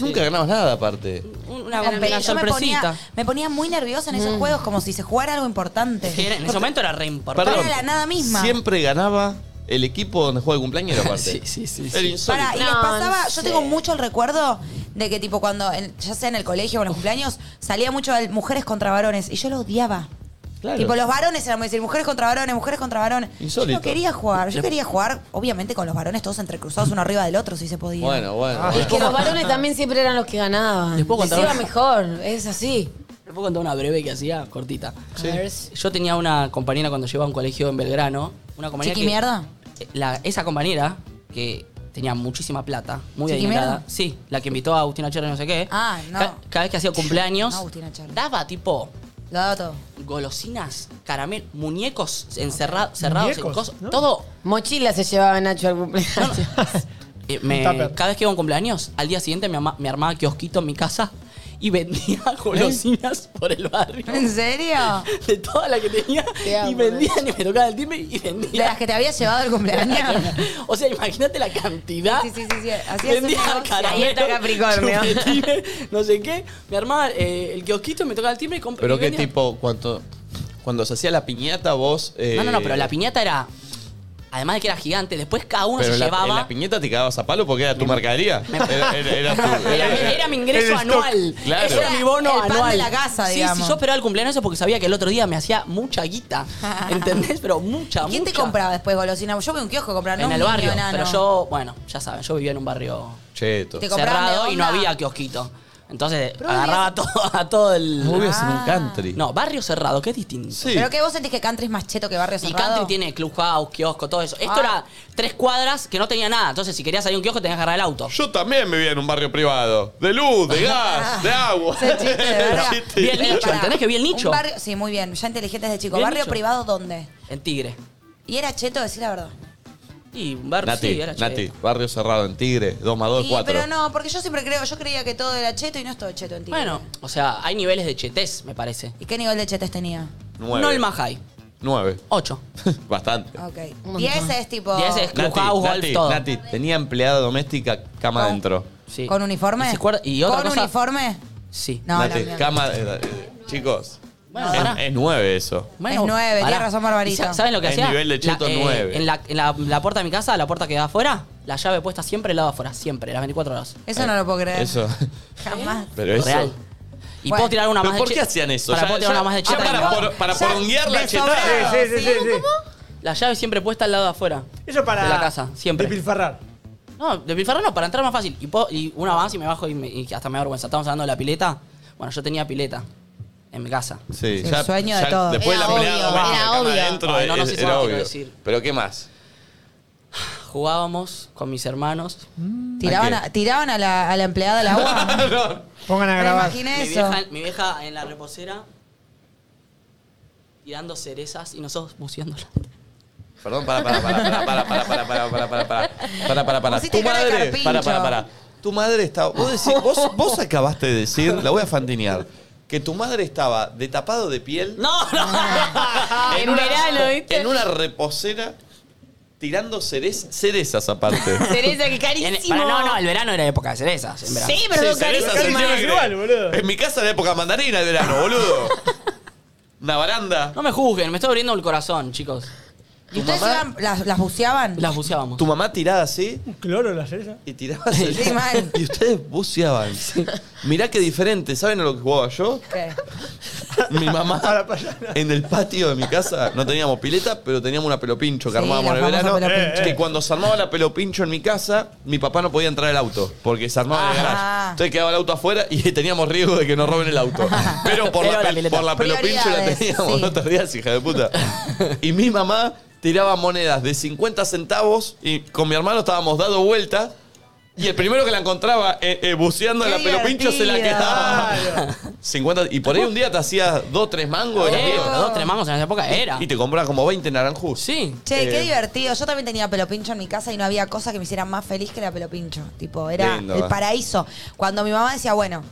Speaker 1: Nunca ganabas nada aparte.
Speaker 2: una,
Speaker 3: Pero
Speaker 2: una
Speaker 3: yo me
Speaker 2: sorpresita.
Speaker 3: ponía, me ponía muy nerviosa en esos juegos, como si se jugara algo importante.
Speaker 2: Que era- En ese momento era re importante.
Speaker 3: Era la nada misma.
Speaker 1: Siempre ganaba el equipo donde juega el cumpleaños aparte. sí,
Speaker 2: (laughs) sí, sí.
Speaker 1: Era insólito.
Speaker 3: Pará, y les pasaba, yo tengo mucho el recuerdo de que tipo cuando, en- ya sea en el colegio o en los cumpleaños, salía mucho el mujeres contra varones y yo lo odiaba.
Speaker 1: Claro.
Speaker 3: Tipo, los varones eran muy decir mujeres contra varones, mujeres contra varones. Yo
Speaker 1: Insólito.
Speaker 3: no quería jugar, yo quería jugar, obviamente, con los varones todos entrecruzados uno arriba del otro, si se podía.
Speaker 1: Bueno, bueno.
Speaker 3: Ah,
Speaker 1: bueno.
Speaker 10: Es que los varones también siempre eran los que ganaban.
Speaker 2: Les puedo contar
Speaker 10: iba
Speaker 2: una-
Speaker 10: mejor, es así.
Speaker 2: ¿Me puedo contar una breve que hacía, cortita?
Speaker 10: Sí. A ver si-
Speaker 2: Yo tenía una compañera cuando llevaba a un colegio en Belgrano. Una compañera
Speaker 3: ¿Chiqui
Speaker 2: que-
Speaker 3: mierda?
Speaker 2: la- esa compañera que tenía muchísima plata, muy
Speaker 3: ¿Chiqui
Speaker 2: adinerada.
Speaker 3: mierda?
Speaker 2: Sí, la que invitó a Agustina Chero no sé qué.
Speaker 3: Ah, no.
Speaker 2: Ca- cada vez que hacía cumpleaños,
Speaker 3: No, Agustina Charla.
Speaker 2: daba tipo
Speaker 3: Lo daba todo.
Speaker 2: golosinas, caramel, muñecos encerra- cerrados, en
Speaker 6: Muñecos,
Speaker 2: cosas,
Speaker 6: ¿no?
Speaker 2: todo.
Speaker 10: Mochila se llevaba Nacho al cumpleaños.
Speaker 3: (laughs)
Speaker 2: Eh, me-
Speaker 6: Un tupper.
Speaker 2: cada vez que iba a un cumpleaños, al día siguiente me, ama- me armaba kiosquito en mi casa y vendía (laughs) golosinas por el barrio.
Speaker 3: ¿En
Speaker 2: (laughs)
Speaker 3: serio?
Speaker 2: De toda la que tenía.
Speaker 10: Te amo,
Speaker 2: y vendían y me tocaba el timbre y
Speaker 3: ¿De
Speaker 2: vendía.
Speaker 3: las que te había llevado
Speaker 2: (laughs)
Speaker 3: el cumpleaños?
Speaker 2: O sea, imagínate la cantidad.
Speaker 3: Sí, sí, sí, sí. Hacías un
Speaker 2: Vendía
Speaker 3: negocio.
Speaker 2: caramelo,
Speaker 3: Ahí está Capricornio.
Speaker 2: (laughs) chupetines, no sé qué. Me armaba eh, el kiosquito, me tocaba el timbre y compraba.
Speaker 1: Pero qué tipo, cuánto, cuando se hacía la piñata vos... eh,
Speaker 2: No, no, no, pero la piñata era. Además de que era gigante, después cada uno
Speaker 1: pero
Speaker 2: se
Speaker 1: en la,
Speaker 2: llevaba.
Speaker 1: en la piñata te cagabas a palo porque era tu mercadería. Era, era- era tu-
Speaker 2: Era, era mi ingreso
Speaker 1: el stock.
Speaker 2: anual.
Speaker 1: Claro.
Speaker 2: Era mi bono
Speaker 3: El pan de
Speaker 2: anual.
Speaker 3: la casa,
Speaker 2: sí,
Speaker 3: digamos.
Speaker 2: sí, yo esperaba el cumpleaños eso porque sabía que el otro día me hacía mucha
Speaker 3: (laughs)
Speaker 2: guita. ¿Entendés? Pero mucha, mucha.
Speaker 3: ¿Quién te compraba después golosina? Yo voy a un kiosco a comprar, no
Speaker 2: En
Speaker 3: un
Speaker 2: el
Speaker 3: niño
Speaker 2: barrio.
Speaker 3: enano.
Speaker 2: Pero yo, bueno, ya saben, yo vivía en un barrio
Speaker 1: Cheto.
Speaker 3: Te compraban de
Speaker 2: cerrado y no
Speaker 3: onda.
Speaker 2: había kiosquito. Entonces
Speaker 3: Pero
Speaker 2: agarraba a (laughs) todo, a todo el. Ah.
Speaker 1: Vos vivías en un country.
Speaker 2: No, barrio cerrado, que es distinto.
Speaker 1: Sí.
Speaker 3: Pero que vos sentís que country es más cheto que barrio
Speaker 2: Y
Speaker 3: cerrado.
Speaker 2: country tiene clubhouse, kiosco, todo eso. Esto
Speaker 3: Ah.
Speaker 2: era tres cuadras que no tenía nada. Entonces, si querías salir a un kiosco, tenías que agarrar el auto.
Speaker 1: Yo también vivía en un barrio privado. De
Speaker 2: (laughs)
Speaker 1: luz, de gas, de agua.
Speaker 3: Ah. Ese chiste, de
Speaker 1: (laughs)
Speaker 3: verdad.
Speaker 1: Chiste.
Speaker 2: Vi el
Speaker 3: Pero
Speaker 2: nicho,
Speaker 3: pará,
Speaker 2: ¿entendés que vi el nicho?
Speaker 3: un barrio- sí, muy bien, ya inteligente desde chico.
Speaker 2: Vi el
Speaker 3: ¿Barrio
Speaker 2: nicho.
Speaker 3: privado dónde?
Speaker 2: En Tigre.
Speaker 3: Y era cheto, decir la verdad.
Speaker 2: Y un barrio
Speaker 1: Nati,
Speaker 2: sí, era chido.
Speaker 1: Nati, barrio cerrado en Tigre, 2 más 2,
Speaker 3: Y-
Speaker 1: 4.
Speaker 3: pero no, porque yo siempre creo, yo creía que todo era cheto y no es todo cheto en ti.
Speaker 2: Bueno, o sea, hay niveles de chetés, me parece.
Speaker 3: ¿Y qué nivel de chetes tenía?
Speaker 2: No el más high.
Speaker 1: 9.
Speaker 2: Ocho.
Speaker 1: (laughs) Bastante.
Speaker 3: Ok.
Speaker 10: montón.
Speaker 3: Y ese es tipo.
Speaker 2: Y ese es
Speaker 1: Nati,
Speaker 2: Clubhouse, golf,
Speaker 1: Nati,
Speaker 2: todo.
Speaker 1: Nati, tenía empleada doméstica, cama
Speaker 3: Con-
Speaker 1: adentro.
Speaker 2: Sí.
Speaker 3: ¿Con uniforme?
Speaker 2: ¿Y, se acuerda- y otra
Speaker 3: ¿Con
Speaker 2: cosa?
Speaker 3: uniforme?
Speaker 2: Sí.
Speaker 3: No, la
Speaker 1: Nati,
Speaker 3: mía.
Speaker 1: cama. eh, eh, chicos,
Speaker 2: Bueno,
Speaker 1: es-
Speaker 2: pará.
Speaker 1: es 9 eso.
Speaker 3: Es nueve,
Speaker 2: pará.
Speaker 3: tiene razón Barbarita.
Speaker 2: ¿Y sa- ¿Sabes lo que
Speaker 1: El
Speaker 2: hacía? eh,
Speaker 1: nivel de cheto nueve.
Speaker 2: En, la, en la- la puerta de mi casa, la puerta que da afuera, la llave puesta siempre al lado de afuera, siempre, las 24 horas.
Speaker 3: Eso no lo puedo creer.
Speaker 1: Eso. (laughs)
Speaker 3: Jamás.
Speaker 1: Pero eso.
Speaker 2: Real. Y
Speaker 3: Bueno.
Speaker 2: puedo tirar una
Speaker 1: ¿Pero
Speaker 2: más
Speaker 1: por
Speaker 2: de
Speaker 1: qué
Speaker 2: che-
Speaker 1: hacían eso?
Speaker 2: Para,
Speaker 1: Ya-
Speaker 2: puedo tirar
Speaker 1: ya-
Speaker 2: una más de
Speaker 1: ya
Speaker 2: cheta.
Speaker 1: para, por- para
Speaker 3: Ya-
Speaker 1: poronguear la
Speaker 3: de
Speaker 1: chetada.
Speaker 3: sobrado.
Speaker 6: Sí, sí, sí, sí. sí.
Speaker 2: La llave siempre puesta al lado de afuera.
Speaker 6: Eso para.
Speaker 2: De la casa, siempre.
Speaker 6: Despilfarrar.
Speaker 2: No, de Pilfarro no, para entrar más fácil. Y, puedo- y una más y me bajo y, me- y hasta me da vergüenza. Estamos hablando de la pileta. Bueno, yo tenía pileta en mi casa.
Speaker 1: Sí,
Speaker 3: El sueño de todos.
Speaker 1: Después
Speaker 5: Era
Speaker 1: la
Speaker 5: obvio,
Speaker 1: pelea doméstica,
Speaker 5: era
Speaker 1: cama
Speaker 5: obvio.
Speaker 1: adentro,
Speaker 2: Ay, no, no sé
Speaker 1: es-
Speaker 2: si
Speaker 1: era
Speaker 2: lo
Speaker 1: obvio.
Speaker 2: quiero decir.
Speaker 1: Pero ¿qué más?
Speaker 2: Jugábamos con mis hermanos.
Speaker 3: ¿Tiraban,
Speaker 1: ¿A qué?
Speaker 3: a, tiraban a, la, a la empleada al
Speaker 1: (laughs)
Speaker 3: agua?
Speaker 6: Pongan a
Speaker 3: Me
Speaker 6: grabar.
Speaker 3: imaginé
Speaker 2: Mi
Speaker 3: eso.
Speaker 2: vieja, mi vieja en la reposera tirando cerezas y nosotros buceándola.
Speaker 1: Perdón, para, para, para, para, para, para, para, para, para, para, para, para, para, para.
Speaker 3: Pusiste
Speaker 1: Tu
Speaker 3: cara de
Speaker 1: madre,
Speaker 3: carpincho.
Speaker 1: para, para, para. Tu madre estaba. Vos, decís- vos, vos acabaste de decir, la voy a fantinear, que tu madre estaba de tapado de piel
Speaker 2: ¡No, (laughs) no!
Speaker 10: en verano, ¿viste?
Speaker 1: en una reposera tirando cerez- cerezas aparte.
Speaker 10: Teresa, que
Speaker 2: En-
Speaker 10: carísimo.
Speaker 2: para- no, no, el verano era época de cerezas. en verano.
Speaker 10: Sí, pero
Speaker 1: Sí,
Speaker 10: son
Speaker 1: cerezas
Speaker 10: carísimas.
Speaker 1: encima que-
Speaker 6: Igual, boludo.
Speaker 1: En mi casa era época mandarina de verano, boludo. Una baranda.
Speaker 2: No me juzguen, me está abriendo el corazón, chicos.
Speaker 3: ¿Y ustedes
Speaker 1: mamá-
Speaker 3: iban- las, las buceaban?
Speaker 2: Las buceábamos.
Speaker 1: Tu mamá tirada así
Speaker 6: Un cloro en la (laughs) cereza.
Speaker 1: y tiraba cerezas.
Speaker 3: mal.
Speaker 1: Y ustedes buceaban. Mirá qué diferente. ¿Saben a lo que jugaba yo?
Speaker 3: ¿Qué? (laughs)
Speaker 1: Mi mamá en el patio de mi casa no teníamos pileta, pero teníamos una pelopincho que
Speaker 3: Sí,
Speaker 1: armábamos
Speaker 3: la
Speaker 1: en el verano.
Speaker 3: famosa pelopincho.
Speaker 1: Que cuando se armaba la pelopincho en mi casa, mi papá no podía entrar al auto porque se armaba en el
Speaker 3: Ajá.
Speaker 1: garage. Entonces quedaba el auto afuera y teníamos riesgo de que nos roben el auto. Pero por,
Speaker 2: Pero
Speaker 1: la,
Speaker 2: la
Speaker 1: pel-
Speaker 2: pileta.
Speaker 1: por la pelopincho la
Speaker 3: Prioridades,
Speaker 1: teníamos.
Speaker 3: sí.
Speaker 1: (laughs) No te rías, hija de puta. Y mi mamá tiraba monedas de 50 centavos y con mi hermano estábamos dando vueltas. Y el primero que la encontraba eh, eh, buceando en la
Speaker 3: Qué
Speaker 1: pelopincho se la
Speaker 3: divertido.
Speaker 1: quedaba.
Speaker 3: (laughs)
Speaker 1: 50, y por ahí un día te hacías dos, tres mangos y,
Speaker 2: Eh,
Speaker 1: te-
Speaker 2: los dos tremamos en esa época era.
Speaker 1: y te comprabas como 20 naranjus.
Speaker 2: Sí.
Speaker 3: Che,
Speaker 1: Eh,
Speaker 3: qué divertido. Yo también tenía pelopincho en mi casa y no había cosa que me hiciera más feliz que la pelopincho. Tipo, era
Speaker 1: Lindo, eh.
Speaker 3: el paraíso. Cuando mi mamá decía, bueno,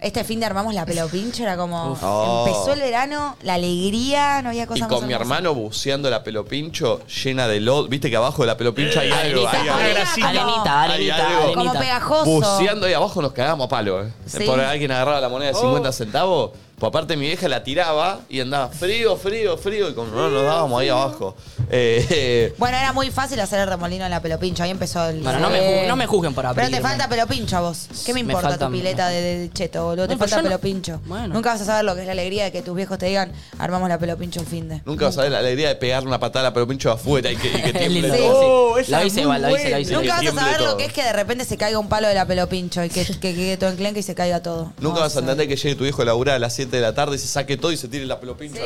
Speaker 3: este fin de armamos la pelopincho, era como.
Speaker 1: Oh.
Speaker 3: Empezó el verano, la alegría, no había
Speaker 1: Y
Speaker 3: cosa más
Speaker 1: con mi
Speaker 3: hermosa.
Speaker 1: hermano buceando la pelopincho llena de lodo. Viste que abajo de la pelopincho hay algo. hay algo.
Speaker 3: Arenita,
Speaker 2: arenita, arenita,
Speaker 1: Hay algo.
Speaker 2: arenita.
Speaker 3: Como pegajoso.
Speaker 1: Buceando ahí abajo nos cagábamos a palo. eh.
Speaker 3: Sí.
Speaker 1: Por alguien agarraba la moneda de 50 centavos. Pues aparte mi vieja la tiraba y andaba frío, frío, frío. Y como no nos dábamos ahí abajo. Eh, eh, (laughs)
Speaker 3: Bueno, era muy fácil hacer el remolino en la pelopincho. Ahí empezó el.
Speaker 1: Bueno, no me ju- no me juzguen por
Speaker 3: Pero te
Speaker 1: abrirme.
Speaker 3: falta pelopincho a vos. ¿Qué me
Speaker 1: Me
Speaker 3: importa
Speaker 1: falta-
Speaker 3: tu pileta de, de cheto, boludo? te
Speaker 2: pero
Speaker 3: falta
Speaker 2: yo no-
Speaker 3: pelopincho. Nunca vas a saber lo que es la alegría de que tus viejos te digan, armamos la pelopincho un fin de.
Speaker 1: nunca vas a ver la alegría de pegarle una patada a la pelopincho de afuera y que,
Speaker 2: (laughs)
Speaker 1: y que tiemble
Speaker 2: lindo.
Speaker 1: todo.
Speaker 2: Sí. Oh, esa La hice es muy igual, la hice, la buena. hice.
Speaker 1: Que
Speaker 3: Nunca vas a
Speaker 1: tiemble
Speaker 3: saber lo
Speaker 1: todo.
Speaker 3: que es que de repente se caiga un palo de la pelopincho y que, que quede todo enclenque y se caiga todo.
Speaker 1: Nunca vas a entender que llegue tu viejo a laburar a las 7 de la tarde y se saque todo y se tire la pelopincho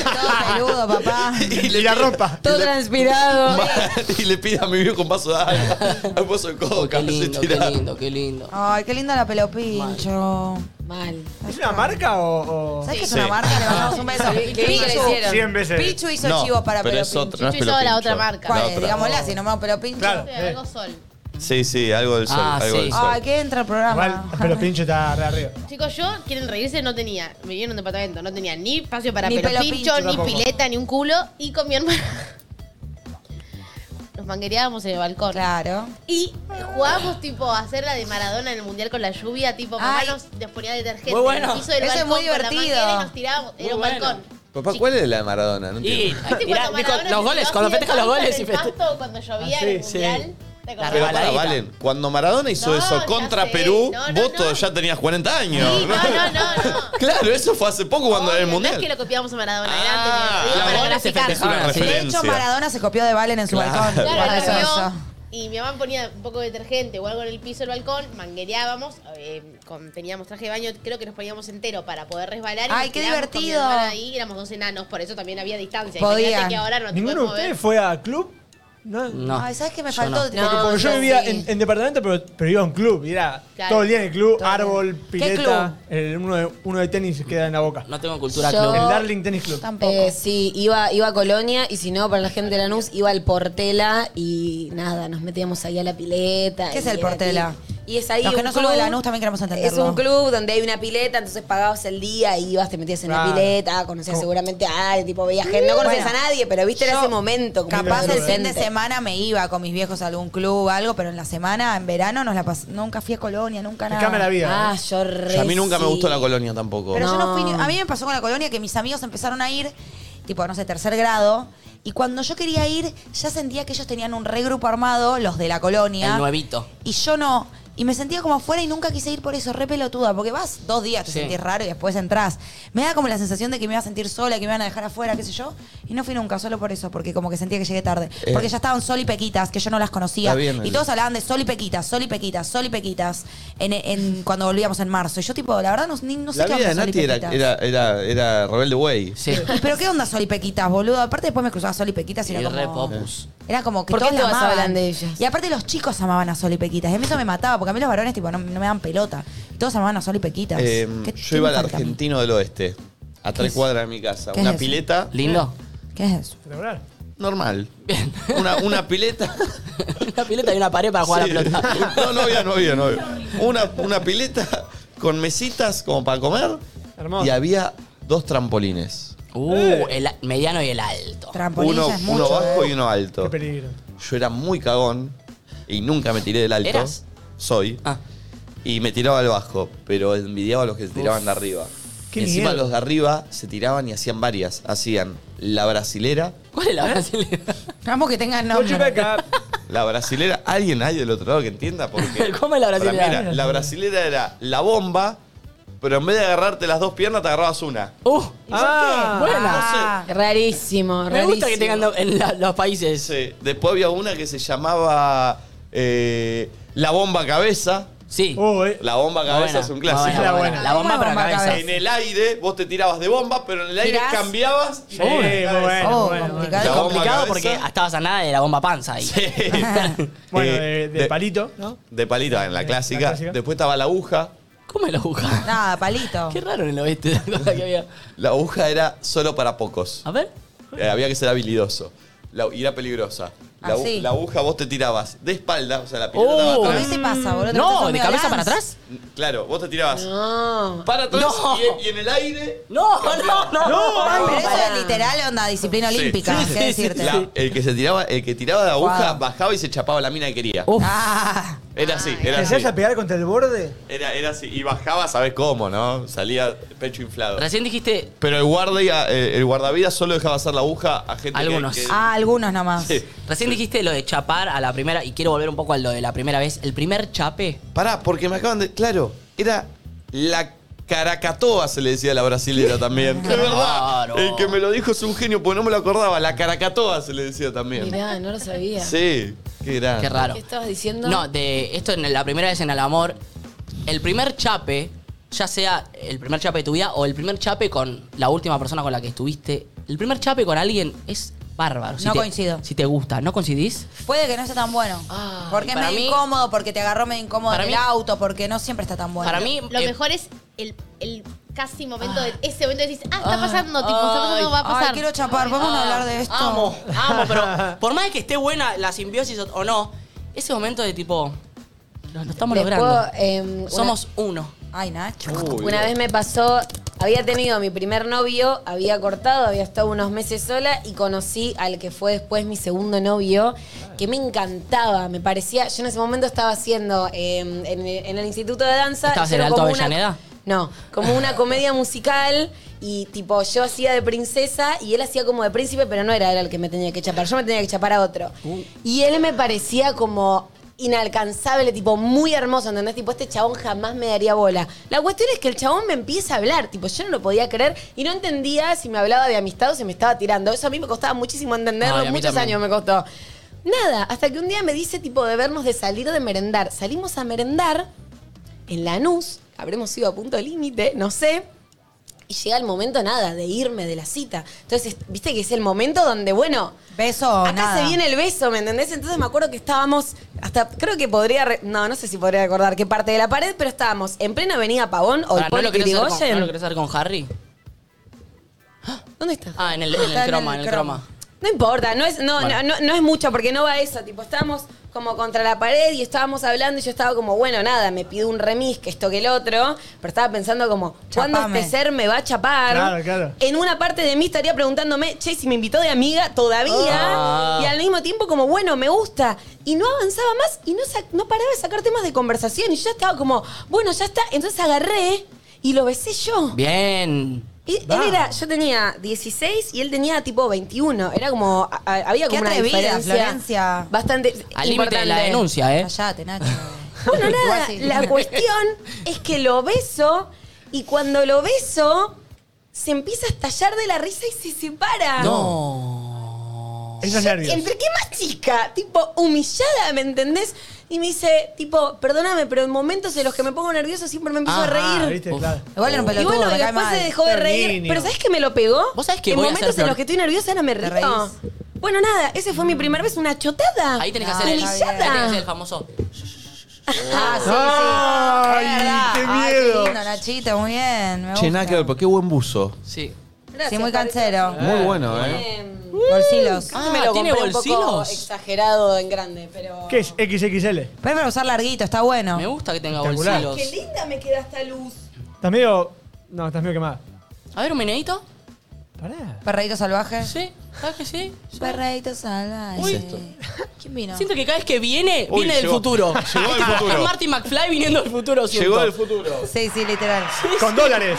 Speaker 3: Peludo, papá.
Speaker 1: (laughs) y le la ropa.
Speaker 10: Todo transpirado.
Speaker 1: (laughs) y le pida a mi viejo un vaso de agua, un vaso de coca. Qué lindo, qué lindo,
Speaker 2: Oh, qué lindo.
Speaker 3: Ay, qué linda la pelopincho.
Speaker 10: Mal.
Speaker 6: ¿Es una marca o.?
Speaker 3: ¿Sabes que es
Speaker 1: Sí.
Speaker 3: una marca? Le mandamos un beso.
Speaker 10: Sí, qué lindo le hicieron.
Speaker 6: Cien veces.
Speaker 3: Pichu hizo
Speaker 1: No,
Speaker 3: chivo para
Speaker 1: pero es
Speaker 3: pelopincho.
Speaker 1: otra, no es Pichu hizo la pelopincho. otra marca.
Speaker 3: ¿Cuál
Speaker 1: La
Speaker 3: es?
Speaker 1: otra.
Speaker 3: Digámosla, si nomás pelopincho.
Speaker 6: Claro, Eh,
Speaker 5: Algo sol.
Speaker 1: Sí, sí, algo del sol.
Speaker 6: Ah,
Speaker 1: algo
Speaker 6: sí.
Speaker 1: del sol.
Speaker 3: Ay, que entra el programa.
Speaker 6: Pero pinche está re arriba.
Speaker 5: Chicos, yo, quieren reírse, no tenía. Me vivía en un departamento, no tenía ni espacio para
Speaker 3: Ni
Speaker 5: pelo
Speaker 3: pelo
Speaker 5: pincho,
Speaker 3: pincho
Speaker 5: ni
Speaker 3: tampoco.
Speaker 5: pileta, ni un culo. Y con mi hermano. Nos manguereábamos en el balcón.
Speaker 3: Claro.
Speaker 5: Y jugábamos, tipo, a hacer la de Maradona en el mundial con la lluvia. Tipo, mamá nos, nos ponía detergente.
Speaker 2: Muy bueno.
Speaker 5: nos hizo el
Speaker 3: Eso es
Speaker 5: balcón
Speaker 3: muy
Speaker 5: con la
Speaker 3: divertido.
Speaker 5: manguera y nos tirábamos. Era
Speaker 2: Muy
Speaker 5: un
Speaker 2: bueno.
Speaker 5: balcón.
Speaker 1: Papá, ¿cuál es la de Maradona? No
Speaker 2: Y,
Speaker 1: entiendo.
Speaker 5: ¿Viste
Speaker 2: mirá,
Speaker 5: cuando
Speaker 2: dijo,
Speaker 5: Maradona
Speaker 2: los
Speaker 5: se
Speaker 2: goles,
Speaker 5: tiró
Speaker 2: cuando
Speaker 5: así de
Speaker 2: festeja los
Speaker 5: tanto en
Speaker 2: goles y
Speaker 5: el
Speaker 2: feste-
Speaker 5: pasto cuando llovía en el
Speaker 2: Ah, sí, sí.
Speaker 5: mundial? ¿Te acordás?
Speaker 1: Pero para
Speaker 2: rebaladita.
Speaker 1: Valen, cuando Maradona hizo
Speaker 5: No,
Speaker 1: eso
Speaker 5: ya
Speaker 1: contra
Speaker 5: sé.
Speaker 1: Perú,
Speaker 5: No, no,
Speaker 1: vos todavía ya tenías 40 años.
Speaker 5: Sí, no, no, no, no.
Speaker 1: (laughs) Claro, eso fue hace poco cuando era el
Speaker 5: No es
Speaker 1: mundial.
Speaker 5: que lo copiábamos a Maradona,
Speaker 1: Ah,
Speaker 5: era antes.
Speaker 1: los
Speaker 5: lo para
Speaker 1: goles se
Speaker 5: graficar.
Speaker 1: festejaban así.
Speaker 3: De hecho, Maradona se copió de Valen en su
Speaker 1: Claro.
Speaker 3: balcón.
Speaker 5: Claro,
Speaker 3: Para
Speaker 5: la
Speaker 3: eso,
Speaker 5: vio,
Speaker 3: eso.
Speaker 5: Y mi mamá ponía un poco de detergente o algo en el piso del balcón, manguereábamos, eh, con- teníamos traje de baño, creo que nos poníamos entero para poder resbalar. y
Speaker 3: Ay,
Speaker 5: nos
Speaker 3: qué
Speaker 5: quedábamos con mi
Speaker 3: divertido.
Speaker 5: hermana ahí, éramos dos enanos, por eso también había distancia.
Speaker 3: Podían.
Speaker 5: Imagínate que ahora no te
Speaker 6: ¿Ninguno de
Speaker 5: podés
Speaker 6: ustedes
Speaker 5: mover.
Speaker 6: fue a club? No.
Speaker 3: Ay, ¿sabes qué me
Speaker 6: Yo
Speaker 3: faltó?
Speaker 6: no. Porque, porque yo vivía en, en departamento, pero, pero iba a un club. Y era
Speaker 3: Claro.
Speaker 6: todo el día en el club,
Speaker 3: Todo el día.
Speaker 6: árbol,
Speaker 3: ¿Qué
Speaker 6: pileta. el- uno, de, uno de tenis queda en la boca.
Speaker 2: No tengo cultura
Speaker 10: Yo-
Speaker 6: El
Speaker 10: club.
Speaker 6: Darling Tennis Club.
Speaker 10: Eh, sí, iba, iba a Colonia y si no, para la gente de Lanús, iba al Portela y nada, nos metíamos ahí a la pileta.
Speaker 3: ¿Qué es
Speaker 10: y
Speaker 3: el
Speaker 10: era
Speaker 3: Portela?
Speaker 10: tipo- Y es ahí
Speaker 3: Los que
Speaker 10: un
Speaker 3: no somos de
Speaker 10: club-
Speaker 3: Lanús también queremos
Speaker 10: Es
Speaker 3: entenderlo.
Speaker 10: un club donde hay una pileta, entonces pagabas el día y ibas, te metías en
Speaker 3: Claro.
Speaker 10: la pileta, conocías seguramente a alguien, tipo veías gente, no conocías
Speaker 3: Bueno,
Speaker 10: a nadie, pero viste en
Speaker 3: yo
Speaker 10: ese momento. como
Speaker 3: Capaz el fin de
Speaker 10: adolescente.
Speaker 3: semana me iba con mis viejos a algún club o algo, pero en la semana, en verano, nos la pas- nunca fui a Colonia, nunca nada.
Speaker 6: Explícame la vida.
Speaker 10: Ah, yo re
Speaker 1: Y a mí nunca me
Speaker 10: sí.
Speaker 1: gustó la colonia tampoco.
Speaker 3: Pero yo no fui. ni- A mí me pasó con la colonia que mis amigos empezaron a ir, tipo, no sé, tercer grado. Y cuando yo quería ir, ya sentía que ellos tenían un regrupo armado, los de la colonia.
Speaker 2: El nuevito.
Speaker 3: Y yo no. Y me sentía como afuera y nunca quise ir por eso, re pelotuda, porque vas dos días, te
Speaker 2: Sí.
Speaker 3: sentís raro y después entras. Me da como la sensación de que me iba a sentir sola, que me iban a dejar afuera, qué sé yo. Y no fui nunca, solo por eso, porque como que sentía que llegué tarde.
Speaker 1: Eh.
Speaker 3: Porque ya estaban Sol y Pequitas, que yo no las conocía.
Speaker 1: Está bien,
Speaker 3: y
Speaker 1: el-
Speaker 3: todos hablaban de Sol y Pequitas, Sol y Pequitas, Sol y Pequitas, en, en- cuando volvíamos en marzo. Y yo tipo, la verdad no, ni- no sé
Speaker 1: la
Speaker 3: qué
Speaker 1: vida de
Speaker 3: onda Sol y
Speaker 1: Nati era,
Speaker 3: Pequitas.
Speaker 1: era, era, era rebelde güey.
Speaker 2: Sí.
Speaker 3: Y, Pero qué onda Sol y Pequitas, boludo. Aparte después me cruzaba Sol y Pequitas y
Speaker 2: Y
Speaker 3: era
Speaker 2: re
Speaker 3: como...
Speaker 2: popus.
Speaker 3: Era como que
Speaker 10: ¿Por qué
Speaker 3: todos la
Speaker 10: todas
Speaker 3: amaban.
Speaker 10: hablan de ellas?
Speaker 3: Y aparte los chicos amaban a Sol y Pequitas. Y a mí eso me mataba, porque a mí los varones tipo no, no me dan pelota. Y Todos amaban a Sol y Pequitas.
Speaker 1: Eh,
Speaker 3: ¿Qué-
Speaker 1: yo
Speaker 3: qué
Speaker 1: iba
Speaker 3: me
Speaker 1: al
Speaker 3: falta mí?
Speaker 1: argentino del oeste, a tres
Speaker 3: es?
Speaker 1: cuadras de mi casa.
Speaker 3: ¿Qué es
Speaker 1: Una
Speaker 3: eso?
Speaker 1: pileta.
Speaker 2: ¿Lindo?
Speaker 3: ¿Qué es eso?
Speaker 1: Normal. Una, una pileta.
Speaker 2: La pileta y una pared para jugar a
Speaker 1: Sí.
Speaker 2: la pelota.
Speaker 1: (laughs) No, no había, no había, no había. Una, una pileta con mesitas como para comer.
Speaker 6: Hermoso.
Speaker 1: Y había dos trampolines.
Speaker 2: Uh, el a- mediano y el alto.
Speaker 3: Trampolines
Speaker 1: Uno,
Speaker 3: es
Speaker 1: uno
Speaker 3: mucho.
Speaker 1: bajo
Speaker 3: eh.
Speaker 1: y uno alto.
Speaker 6: Qué peligro.
Speaker 1: Yo era muy cagón y nunca me tiré del alto.
Speaker 2: ¿Eras?
Speaker 1: Soy.
Speaker 2: Ah.
Speaker 1: Y me tiraba al bajo, pero envidiaba a los que se tiraban de arriba.
Speaker 6: Qué
Speaker 1: Encima
Speaker 6: miedo.
Speaker 1: los de arriba se tiraban y hacían varias. Hacían la brasilera,
Speaker 2: ¿Cuál es la brasileña?
Speaker 3: Vamos que tengan
Speaker 6: Ocho
Speaker 3: nombre.
Speaker 6: acá.
Speaker 1: la brasilera. ¿Alguien hay del otro lado que entienda?
Speaker 6: (laughs)
Speaker 1: Porque
Speaker 2: ¿Cómo es la
Speaker 1: para mí era-
Speaker 2: brasileña?
Speaker 1: la brasilera era la bomba, pero en vez de agarrarte las dos piernas, te agarrabas una.
Speaker 2: Uh,
Speaker 6: Ah,
Speaker 3: Buena.
Speaker 10: Rarísimo,
Speaker 2: me
Speaker 10: rarísimo.
Speaker 2: gusta que tengan lo- en la- los países.
Speaker 1: Sí. Después había una que se llamaba eh, la bomba cabeza.
Speaker 2: Sí.
Speaker 6: Oh, eh.
Speaker 1: La bomba Uh, cabeza es un clásico.
Speaker 2: La
Speaker 6: La
Speaker 2: buena.
Speaker 6: buena.
Speaker 2: La bomba
Speaker 3: ¿Cómo
Speaker 2: para
Speaker 3: la bomba
Speaker 2: cabeza.
Speaker 3: cabeza?
Speaker 1: En el aire, vos te tirabas de bomba, pero en el aire
Speaker 3: Tirás.
Speaker 1: cambiabas. y
Speaker 6: Sí, muy bueno,
Speaker 1: cabeza.
Speaker 6: bueno, bueno.
Speaker 3: Oh,
Speaker 1: La
Speaker 3: complicado.
Speaker 1: bomba
Speaker 2: Complicado
Speaker 1: cabeza.
Speaker 2: porque estabas a nada de la bomba panza ahí.
Speaker 1: Sí.
Speaker 6: (laughs) Bueno,
Speaker 1: Eh,
Speaker 6: de, de palito, ¿no?
Speaker 1: De palito, en la
Speaker 6: La
Speaker 1: clásica.
Speaker 6: clásica.
Speaker 1: Después estaba la aguja.
Speaker 2: ¿Cómo es la aguja?
Speaker 3: Nada, palito.
Speaker 2: Qué raro en el oeste la cosa que había.
Speaker 1: La aguja era solo para pocos.
Speaker 2: A ver.
Speaker 1: Eh, había que ser habilidoso. La- y era peligrosa. La,
Speaker 3: Ah,
Speaker 1: agu-
Speaker 3: sí. Uh,
Speaker 1: la aguja vos te tirabas de espalda, o sea, la
Speaker 2: Oh.
Speaker 1: pilota estaba
Speaker 3: ¿Por
Speaker 1: atrás. Mm,
Speaker 3: qué te pasa, boludo? Te metes
Speaker 2: No,
Speaker 3: un
Speaker 2: de
Speaker 3: medio
Speaker 2: cabeza
Speaker 3: lance.
Speaker 2: para atrás.
Speaker 1: Claro, vos te tirabas
Speaker 10: No.
Speaker 1: para atrás
Speaker 2: No.
Speaker 1: y, y en el aire.
Speaker 2: No, no, no.
Speaker 3: Ay, Pero eso
Speaker 10: Pará.
Speaker 3: es literal onda disciplina
Speaker 1: Sí.
Speaker 3: olímpica,
Speaker 1: Sí, sí,
Speaker 3: qué
Speaker 1: sí,
Speaker 3: decirte.
Speaker 1: la- el que se tiraba, el que tiraba de aguja
Speaker 3: Wow.
Speaker 1: bajaba y se chapaba la mina que quería.
Speaker 2: Uf,
Speaker 3: Ah,
Speaker 1: Era así, era
Speaker 6: ¿Te
Speaker 1: así.
Speaker 6: hacías a pegar contra el borde?
Speaker 1: Era, era así. Y bajaba, ¿sabes cómo, no? Salía pecho inflado.
Speaker 2: Recién dijiste.
Speaker 1: Pero el guardia, eh, el guardavidas solo dejaba hacer la aguja a gente que-
Speaker 2: Algunos.
Speaker 1: que-
Speaker 3: Ah, algunos nomás.
Speaker 1: Sí.
Speaker 2: Recién dijiste lo de chapar a la primera, y quiero volver un poco a lo de la primera vez. El primer chape.
Speaker 1: Pará, porque me acaban de. Claro, era la caracatoa, se le decía a
Speaker 2: (laughs)
Speaker 1: la brasilera también. De verdad.
Speaker 2: Claro.
Speaker 1: El que me lo dijo es un genio, porque no me lo acordaba. La caracatoa se le decía también.
Speaker 4: Mirá, no lo sabía.
Speaker 1: Sí, qué grande.
Speaker 2: Qué raro.
Speaker 4: ¿Qué estabas diciendo?
Speaker 2: No, de esto en la primera vez en el amor. El primer chape, ya sea el primer chape de tu vida o el primer chape con la última persona con la que estuviste, el primer chape con alguien es bárbaro.
Speaker 3: No
Speaker 2: te-
Speaker 3: coincido.
Speaker 2: Si te gusta, ¿no coincidís?
Speaker 3: Puede que no esté tan bueno.
Speaker 4: Ay,
Speaker 3: Porque es
Speaker 2: para
Speaker 3: medio
Speaker 2: mí-
Speaker 3: incómodo, porque te agarró medio incómodo en
Speaker 2: Para
Speaker 3: el
Speaker 2: mí-
Speaker 3: auto, porque no siempre está tan bueno.
Speaker 2: Para mí.
Speaker 5: Lo
Speaker 2: eh,
Speaker 5: mejor es el, el casi momento de ese momento de decís, ah, está
Speaker 2: Ah,
Speaker 5: pasando, tipo, está pasando, va a
Speaker 3: Ay,
Speaker 5: pasar.
Speaker 3: quiero chapar, vamos a
Speaker 2: ah,
Speaker 3: hablar de esto.
Speaker 2: Amo, amo,
Speaker 3: (laughs)
Speaker 2: pero por más que esté buena la simbiosis o- o no, ese momento de tipo. Lo, lo estamos
Speaker 4: Les
Speaker 2: logrando.
Speaker 4: puedo, eh, una-
Speaker 2: Somos uno.
Speaker 3: Ay, Nacho.
Speaker 1: Uy,
Speaker 4: Una vez me pasó, había tenido mi primer novio, había cortado, había estado unos meses sola y conocí al que fue después mi segundo novio, que me encantaba, me parecía, yo en ese momento estaba haciendo eh, en, en el Instituto de Danza...
Speaker 2: ¿Estabas en
Speaker 4: hicieron
Speaker 2: Alto
Speaker 4: como una-
Speaker 2: Avellaneda?
Speaker 4: no, como una comedia musical y tipo yo hacía de princesa y él hacía como de príncipe, pero no era él el que me tenía que chapar, yo me tenía que chapar a otro.
Speaker 2: Uh.
Speaker 4: Y él me parecía como inalcanzable, tipo muy hermoso, ¿entendés? Tipo, este chabón jamás me daría bola. La cuestión es que el chabón me empieza a hablar, tipo, yo no lo podía creer y no entendía si me hablaba de amistad o si me estaba tirando. Eso a mí me costaba muchísimo entenderlo,
Speaker 2: Ay, a mí
Speaker 4: muchos
Speaker 2: también.
Speaker 4: años me costó. Nada, hasta que un día me dice tipo de vernos de salir de merendar. Salimos a merendar en Lanús, habremos ido a punto límite, no sé. Y llega el momento, nada, de irme de la cita. Entonces, viste que es el momento donde, bueno,
Speaker 3: Beso o
Speaker 4: acá
Speaker 3: nada.
Speaker 4: se viene el beso, ¿me entendés? Entonces me acuerdo que estábamos, hasta creo que podría, re- no, no sé si podría recordar qué parte de la pared, pero estábamos en plena avenida Pavón o
Speaker 2: Ahora, ¿no,
Speaker 4: el
Speaker 2: lo querés hacer con,
Speaker 4: Irigoyen.
Speaker 2: ¿No lo querés hacer con Harry?
Speaker 4: ¿Dónde está?
Speaker 2: Ah, en el, en el
Speaker 3: Está en
Speaker 2: croma,
Speaker 3: el
Speaker 2: en el
Speaker 3: croma.
Speaker 2: croma.
Speaker 4: No importa, no es, no,
Speaker 2: Bueno.
Speaker 4: no, no, no es mucho porque no va eso. Tipo, estábamos como contra la pared y estábamos hablando y yo estaba como, bueno, nada, me pido un remis, que esto que el otro. Pero estaba pensando como, ¿cuándo
Speaker 3: Chapame.
Speaker 4: este ser me va a chapar?
Speaker 6: Claro, claro.
Speaker 4: En una parte de mí estaría preguntándome, che, si me invitó de amiga todavía.
Speaker 2: Ah.
Speaker 4: Y al mismo tiempo como, bueno, me gusta. Y no avanzaba más y no, sa- no paraba de sacar temas de conversación. Y yo ya estaba como, bueno, ya está. Entonces agarré y lo besé yo.
Speaker 2: Bien.
Speaker 4: Y él era, yo tenía 16 y él tenía tipo 21. Era como, a- a- había
Speaker 3: Qué
Speaker 4: como una
Speaker 3: atrevida,
Speaker 4: diferencia
Speaker 3: Florencia.
Speaker 4: bastante
Speaker 2: Al límite de la
Speaker 4: importante.
Speaker 2: denuncia, ¿eh?
Speaker 3: Callate, Nacho.
Speaker 4: Bueno,
Speaker 3: Igual
Speaker 4: nada,
Speaker 3: sí.
Speaker 4: la
Speaker 3: (laughs)
Speaker 4: cuestión es que lo beso y cuando lo beso se empieza a estallar de la risa y se separa.
Speaker 2: No.
Speaker 6: Esos nervios.
Speaker 4: ¿Entre qué más chica? Tipo, humillada, ¿me entendés? Y me dice, tipo, perdóname, pero en momentos en los que me pongo nervioso siempre me empiezo a
Speaker 2: Ajá,
Speaker 4: reír.
Speaker 6: Ah, ¿viste?
Speaker 2: Uf.
Speaker 6: Claro.
Speaker 3: Igual era un
Speaker 4: Y
Speaker 3: pelotudo,
Speaker 4: bueno,
Speaker 3: me
Speaker 4: y
Speaker 3: cae
Speaker 4: después
Speaker 3: mal.
Speaker 4: se dejó de
Speaker 6: Pero
Speaker 4: reír.
Speaker 6: niño.
Speaker 4: Pero ¿sabes qué me lo pegó?
Speaker 2: Vos sabés que
Speaker 4: En
Speaker 2: voy a
Speaker 4: momentos
Speaker 2: hacer
Speaker 4: en
Speaker 2: flor-
Speaker 4: los que estoy nerviosa ahora me
Speaker 3: reís.
Speaker 4: río. Bueno, nada, ese fue mi primer vez, una chotada.
Speaker 2: Ahí tenés que
Speaker 3: No,
Speaker 2: hacer el.
Speaker 3: está
Speaker 2: Ahí
Speaker 3: bien.
Speaker 2: tenés que hacer el famoso.
Speaker 3: Ah, sí, sí.
Speaker 6: Ay,
Speaker 3: Es verdad.
Speaker 6: qué
Speaker 3: Ay,
Speaker 6: miedo.
Speaker 3: lindo, Nachito, muy bien. Me
Speaker 1: Che, nada que ver,
Speaker 3: gusta.
Speaker 1: pero qué buen buzo.
Speaker 2: Sí.
Speaker 4: Gracias,
Speaker 3: Sí, muy
Speaker 4: Patricio.
Speaker 3: cansero.
Speaker 1: Muy bueno, ¿eh?
Speaker 4: Eh,
Speaker 3: Bolsilos.
Speaker 4: creo que Ah, me lo
Speaker 2: Ah, ¿tiene
Speaker 4: compré un poco
Speaker 2: bolsilos?
Speaker 4: exagerado en grande, pero...
Speaker 6: ¿Qué es? XXL.
Speaker 3: Pero es para usar larguito, está bueno.
Speaker 2: Me gusta que tenga
Speaker 6: Espectacular.
Speaker 2: bolsilos.
Speaker 4: Qué linda me queda esta luz.
Speaker 6: Estás medio. No, estás medio quemada.
Speaker 2: A ver, un menedito.
Speaker 6: Pará.
Speaker 3: Perreíto
Speaker 4: Ah.
Speaker 3: salvaje.
Speaker 2: Sí, ¿sabes que sí? Sí.
Speaker 3: Perreíto salvaje.
Speaker 2: Uy.
Speaker 3: ¿Quién vino?
Speaker 2: Siento que cada vez que viene,
Speaker 1: Uy,
Speaker 2: viene del
Speaker 1: llegó-
Speaker 2: futuro.
Speaker 1: (laughs) llegó
Speaker 2: (laughs)
Speaker 1: del
Speaker 2: Es como-
Speaker 1: futuro.
Speaker 2: Es Marty McFly viniendo del futuro, siento.
Speaker 1: Llegó del futuro.
Speaker 3: Sí, sí, literal.
Speaker 6: Con dólares.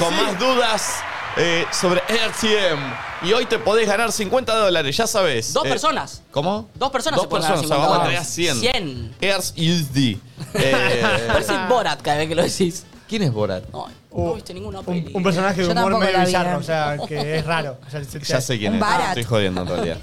Speaker 1: Con más dudas eh, sobre RTM. Y hoy te podés ganar 50 dólares, ya sabes.
Speaker 2: Dos
Speaker 1: Eh,
Speaker 2: personas.
Speaker 1: ¿Cómo?
Speaker 2: Dos personas
Speaker 1: Dos
Speaker 2: se pueden ganar
Speaker 1: personas, o sea, vamos a
Speaker 2: 50
Speaker 1: traer a 100.
Speaker 2: Cien.
Speaker 1: Airs (laughs) USD. Eh,
Speaker 2: Parece
Speaker 11: Ah.
Speaker 2: Borat cada vez que lo decís.
Speaker 1: ¿Quién es Borat?
Speaker 2: No, no
Speaker 1: Oh.
Speaker 6: Uh,
Speaker 2: viste ninguna
Speaker 6: un,
Speaker 2: peli.
Speaker 6: un personaje de
Speaker 3: Yo
Speaker 6: humor
Speaker 3: tampoco
Speaker 6: medio
Speaker 3: la vi,
Speaker 6: bizarro,
Speaker 3: eh.
Speaker 6: o sea, que es raro. (laughs) O sea, se-
Speaker 1: Ya sé quién
Speaker 3: Un
Speaker 1: es.
Speaker 3: Borat.
Speaker 1: Estoy jodiendo en
Speaker 2: (laughs)
Speaker 1: realidad.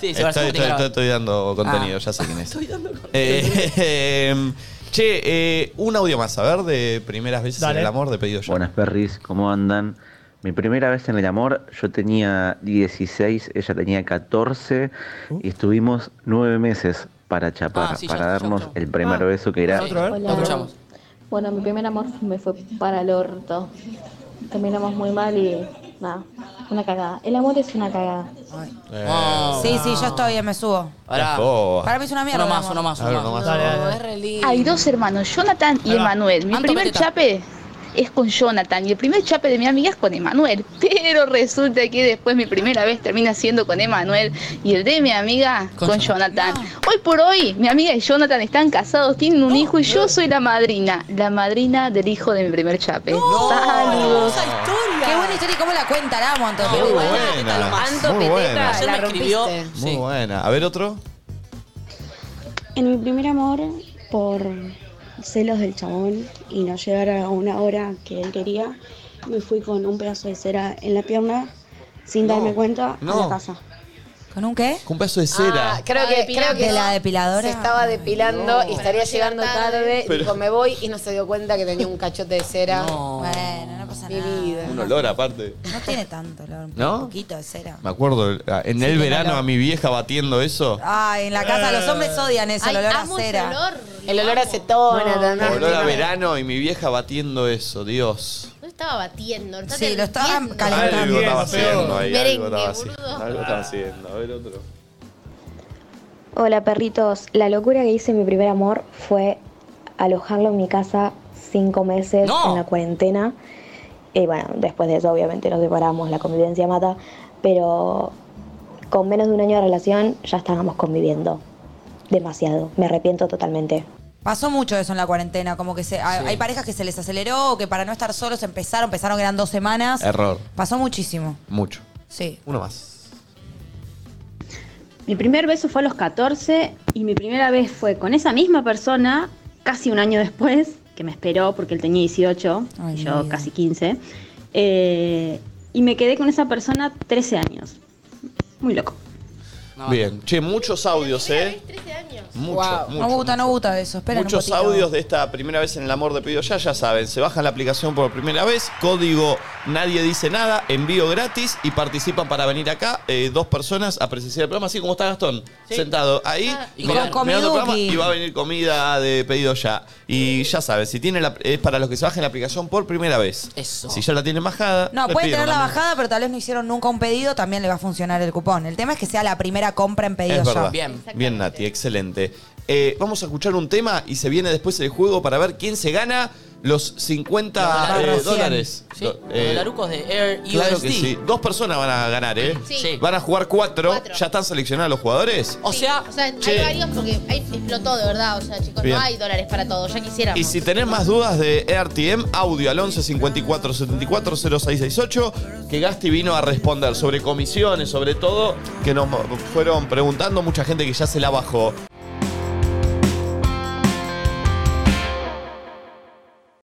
Speaker 2: Sí, se va a
Speaker 1: Estoy,
Speaker 2: hacer
Speaker 1: estoy- estoy- estoy dando contenido,
Speaker 2: Ah.
Speaker 1: ya sé quién es.
Speaker 2: Estoy dando con-
Speaker 1: (laughs) Eh, eh, che, eh, un audio más, a ver, de primeras veces
Speaker 6: Dale.
Speaker 1: en el amor de pedido ya.
Speaker 9: Buenas perris, ¿cómo andan? Mi primera vez en el amor, yo tenía 16, ella tenía 14 y estuvimos nueve meses para chapar,
Speaker 2: Ah, sí, ya-
Speaker 9: para
Speaker 2: ya
Speaker 9: darnos
Speaker 2: escuchamos.
Speaker 9: el Eh, primer
Speaker 6: Ah.
Speaker 9: beso que era
Speaker 6: Otro, a ver.
Speaker 2: Lo escuchamos.
Speaker 11: Bueno, mi primer amor me fue para el orto. Terminamos muy mal y nada, una cagada. El amor es una cagada.
Speaker 1: Eh,
Speaker 2: Wow.
Speaker 3: Sí, sí, yo estoy, me subo.
Speaker 2: Pará.
Speaker 1: qué boba.
Speaker 3: Para mí es una mierda.
Speaker 2: Uno más,
Speaker 3: mi
Speaker 2: uno
Speaker 3: amor.
Speaker 2: más,
Speaker 1: A ver,
Speaker 2: uno
Speaker 1: uno
Speaker 2: más.
Speaker 1: más.
Speaker 6: Dale, dale,
Speaker 4: No,
Speaker 6: dale.
Speaker 4: es re lindo.
Speaker 11: Hay dos hermanos, Jonathan y
Speaker 6: Ahí va.
Speaker 11: Emanuel. Mi
Speaker 2: Anto
Speaker 11: primer
Speaker 2: Beteta.
Speaker 11: chape es con Jonathan y el primer chape de mi amiga es con Emanuel. (laughs) Pero resulta que después mi primera vez termina siendo con Emanuel y el de mi amiga con, Jonathan. Hoy por hoy mi amiga y Jonathan están casados, tienen un hijo y yo soy la madrina, la madrina del hijo de mi primer chape.
Speaker 4: Oh,
Speaker 11: Saludos.
Speaker 3: Qué buena historia y cómo la cuenta, la amo, Antonio.
Speaker 1: Muy buena.
Speaker 10: Ando,
Speaker 1: Muy
Speaker 10: peteta,
Speaker 1: buena.
Speaker 10: ayer me escribió-
Speaker 1: Muy buena. A ver otro.
Speaker 12: En mi primer amor, por celos del chabón y no llegar a una hora que él quería, me fui con un pedazo de cera en la pierna sin
Speaker 1: No,
Speaker 12: darme cuenta
Speaker 1: no.
Speaker 12: a la casa.
Speaker 3: ¿Con un qué?
Speaker 1: Con un pedazo de cera.
Speaker 10: Creo que, creo que
Speaker 3: ¿De la depiladora?
Speaker 10: se estaba depilando y estaría llegando tarde.
Speaker 1: Pero-
Speaker 10: Dijo, me voy y no se dio cuenta que tenía un cachote de cera.
Speaker 3: Bueno, no pasa nada.
Speaker 1: Un olor aparte.
Speaker 3: No tiene tanto olor, un
Speaker 1: ¿No?
Speaker 3: poquito de cera.
Speaker 1: Me acuerdo el- ah, en el verano a mi vieja batiendo eso.
Speaker 3: Ay, en la casa los hombres odian eso, el
Speaker 10: Ay,
Speaker 3: olor a
Speaker 10: amo
Speaker 3: cera.
Speaker 10: ese olor. El olor a acetona también.
Speaker 1: Olor a verano y mi vieja batiendo eso, Dios.
Speaker 5: No estaba batiendo. no
Speaker 3: Sí, lo estaba
Speaker 5: estaba
Speaker 3: calentando.
Speaker 1: Algo estaba
Speaker 5: También,
Speaker 1: haciendo ahí, algo
Speaker 5: Merengue,
Speaker 1: estaba haciendo.
Speaker 5: boludo.
Speaker 1: Algo estaba haciendo. A ver otro.
Speaker 13: Hola perritos, la locura que hice en mi primer amor fue alojarlo en mi casa cinco meses
Speaker 14: ¡No!
Speaker 13: en la cuarentena. Y bueno, después de eso obviamente nos separamos, la convivencia mata, pero con menos de un año de relación ya estábamos conviviendo. Demasiado, me arrepiento totalmente.
Speaker 3: Pasó mucho eso en la cuarentena, como que se, a- hay parejas que se les aceleró o que para no estar solos empezaron, pensaron que eran dos semanas.
Speaker 1: Error.
Speaker 3: Pasó muchísimo,
Speaker 1: Mucho.
Speaker 3: sí.
Speaker 1: Uno más.
Speaker 11: Mi primer beso fue a los 14 y mi primera vez fue con esa misma persona, casi un año después, que me esperó porque él tenía 18
Speaker 3: Ay,
Speaker 11: y
Speaker 3: mi
Speaker 11: yo
Speaker 3: vida.
Speaker 11: casi 15. eh, y me quedé con esa persona 13 años. Muy loco.
Speaker 1: Bien. Che, muchos audios, ¿eh?
Speaker 5: 13 años.
Speaker 1: Mucho, mucho.
Speaker 3: no gusta, no gusta eso. Espera
Speaker 1: Muchos audios de esta primera vez en el amor de pedido ya, ya saben, se bajan la aplicación por primera vez, código nadie dice nada, envío gratis y participan para venir acá eh, dos personas a presenciar el programa, así como está Gastón, sentado ahí
Speaker 4: Y
Speaker 1: mirá-
Speaker 4: con
Speaker 1: mirando el
Speaker 4: comiduki.
Speaker 1: programa, y va a venir comida de pedido ya. Y ya saben, si tiene la- es para los que se bajen la aplicación por primera vez. Eso. Si ya la tienen bajada,
Speaker 3: No,
Speaker 1: le
Speaker 3: pueden
Speaker 1: piden
Speaker 3: tener la
Speaker 1: una-
Speaker 3: bajada, pero tal vez no hicieron nunca un pedido, también le va a funcionar el cupón. El tema es que sea la primera compra en pedido
Speaker 1: Es
Speaker 3: ya.
Speaker 1: verdad. Bien. Bien, Nati, excelente. Eh, vamos a escuchar un tema y se viene después el juego para ver quién se gana los 50 eh, dólares.
Speaker 2: Sí,
Speaker 1: Do-
Speaker 2: los
Speaker 1: eh,
Speaker 2: dolarucos de Air USD.
Speaker 1: Claro que sí. Dos personas van a ganar, ¿eh?
Speaker 5: Sí. Sí.
Speaker 1: Van a jugar cuatro.
Speaker 5: Cuatro.
Speaker 1: ¿Ya están seleccionados los jugadores?
Speaker 5: O sea, o sea
Speaker 1: che.
Speaker 5: hay varios porque ahí explotó de verdad. O sea, chicos,
Speaker 1: Bien.
Speaker 5: no hay dólares para todos. Ya quisiéramos.
Speaker 1: Y si tenés más dudas de E ERTM, audio al 11 54 74 0668, que Gasti vino a responder sobre comisiones, sobre todo, que nos fueron preguntando mucha gente que ya se la bajó.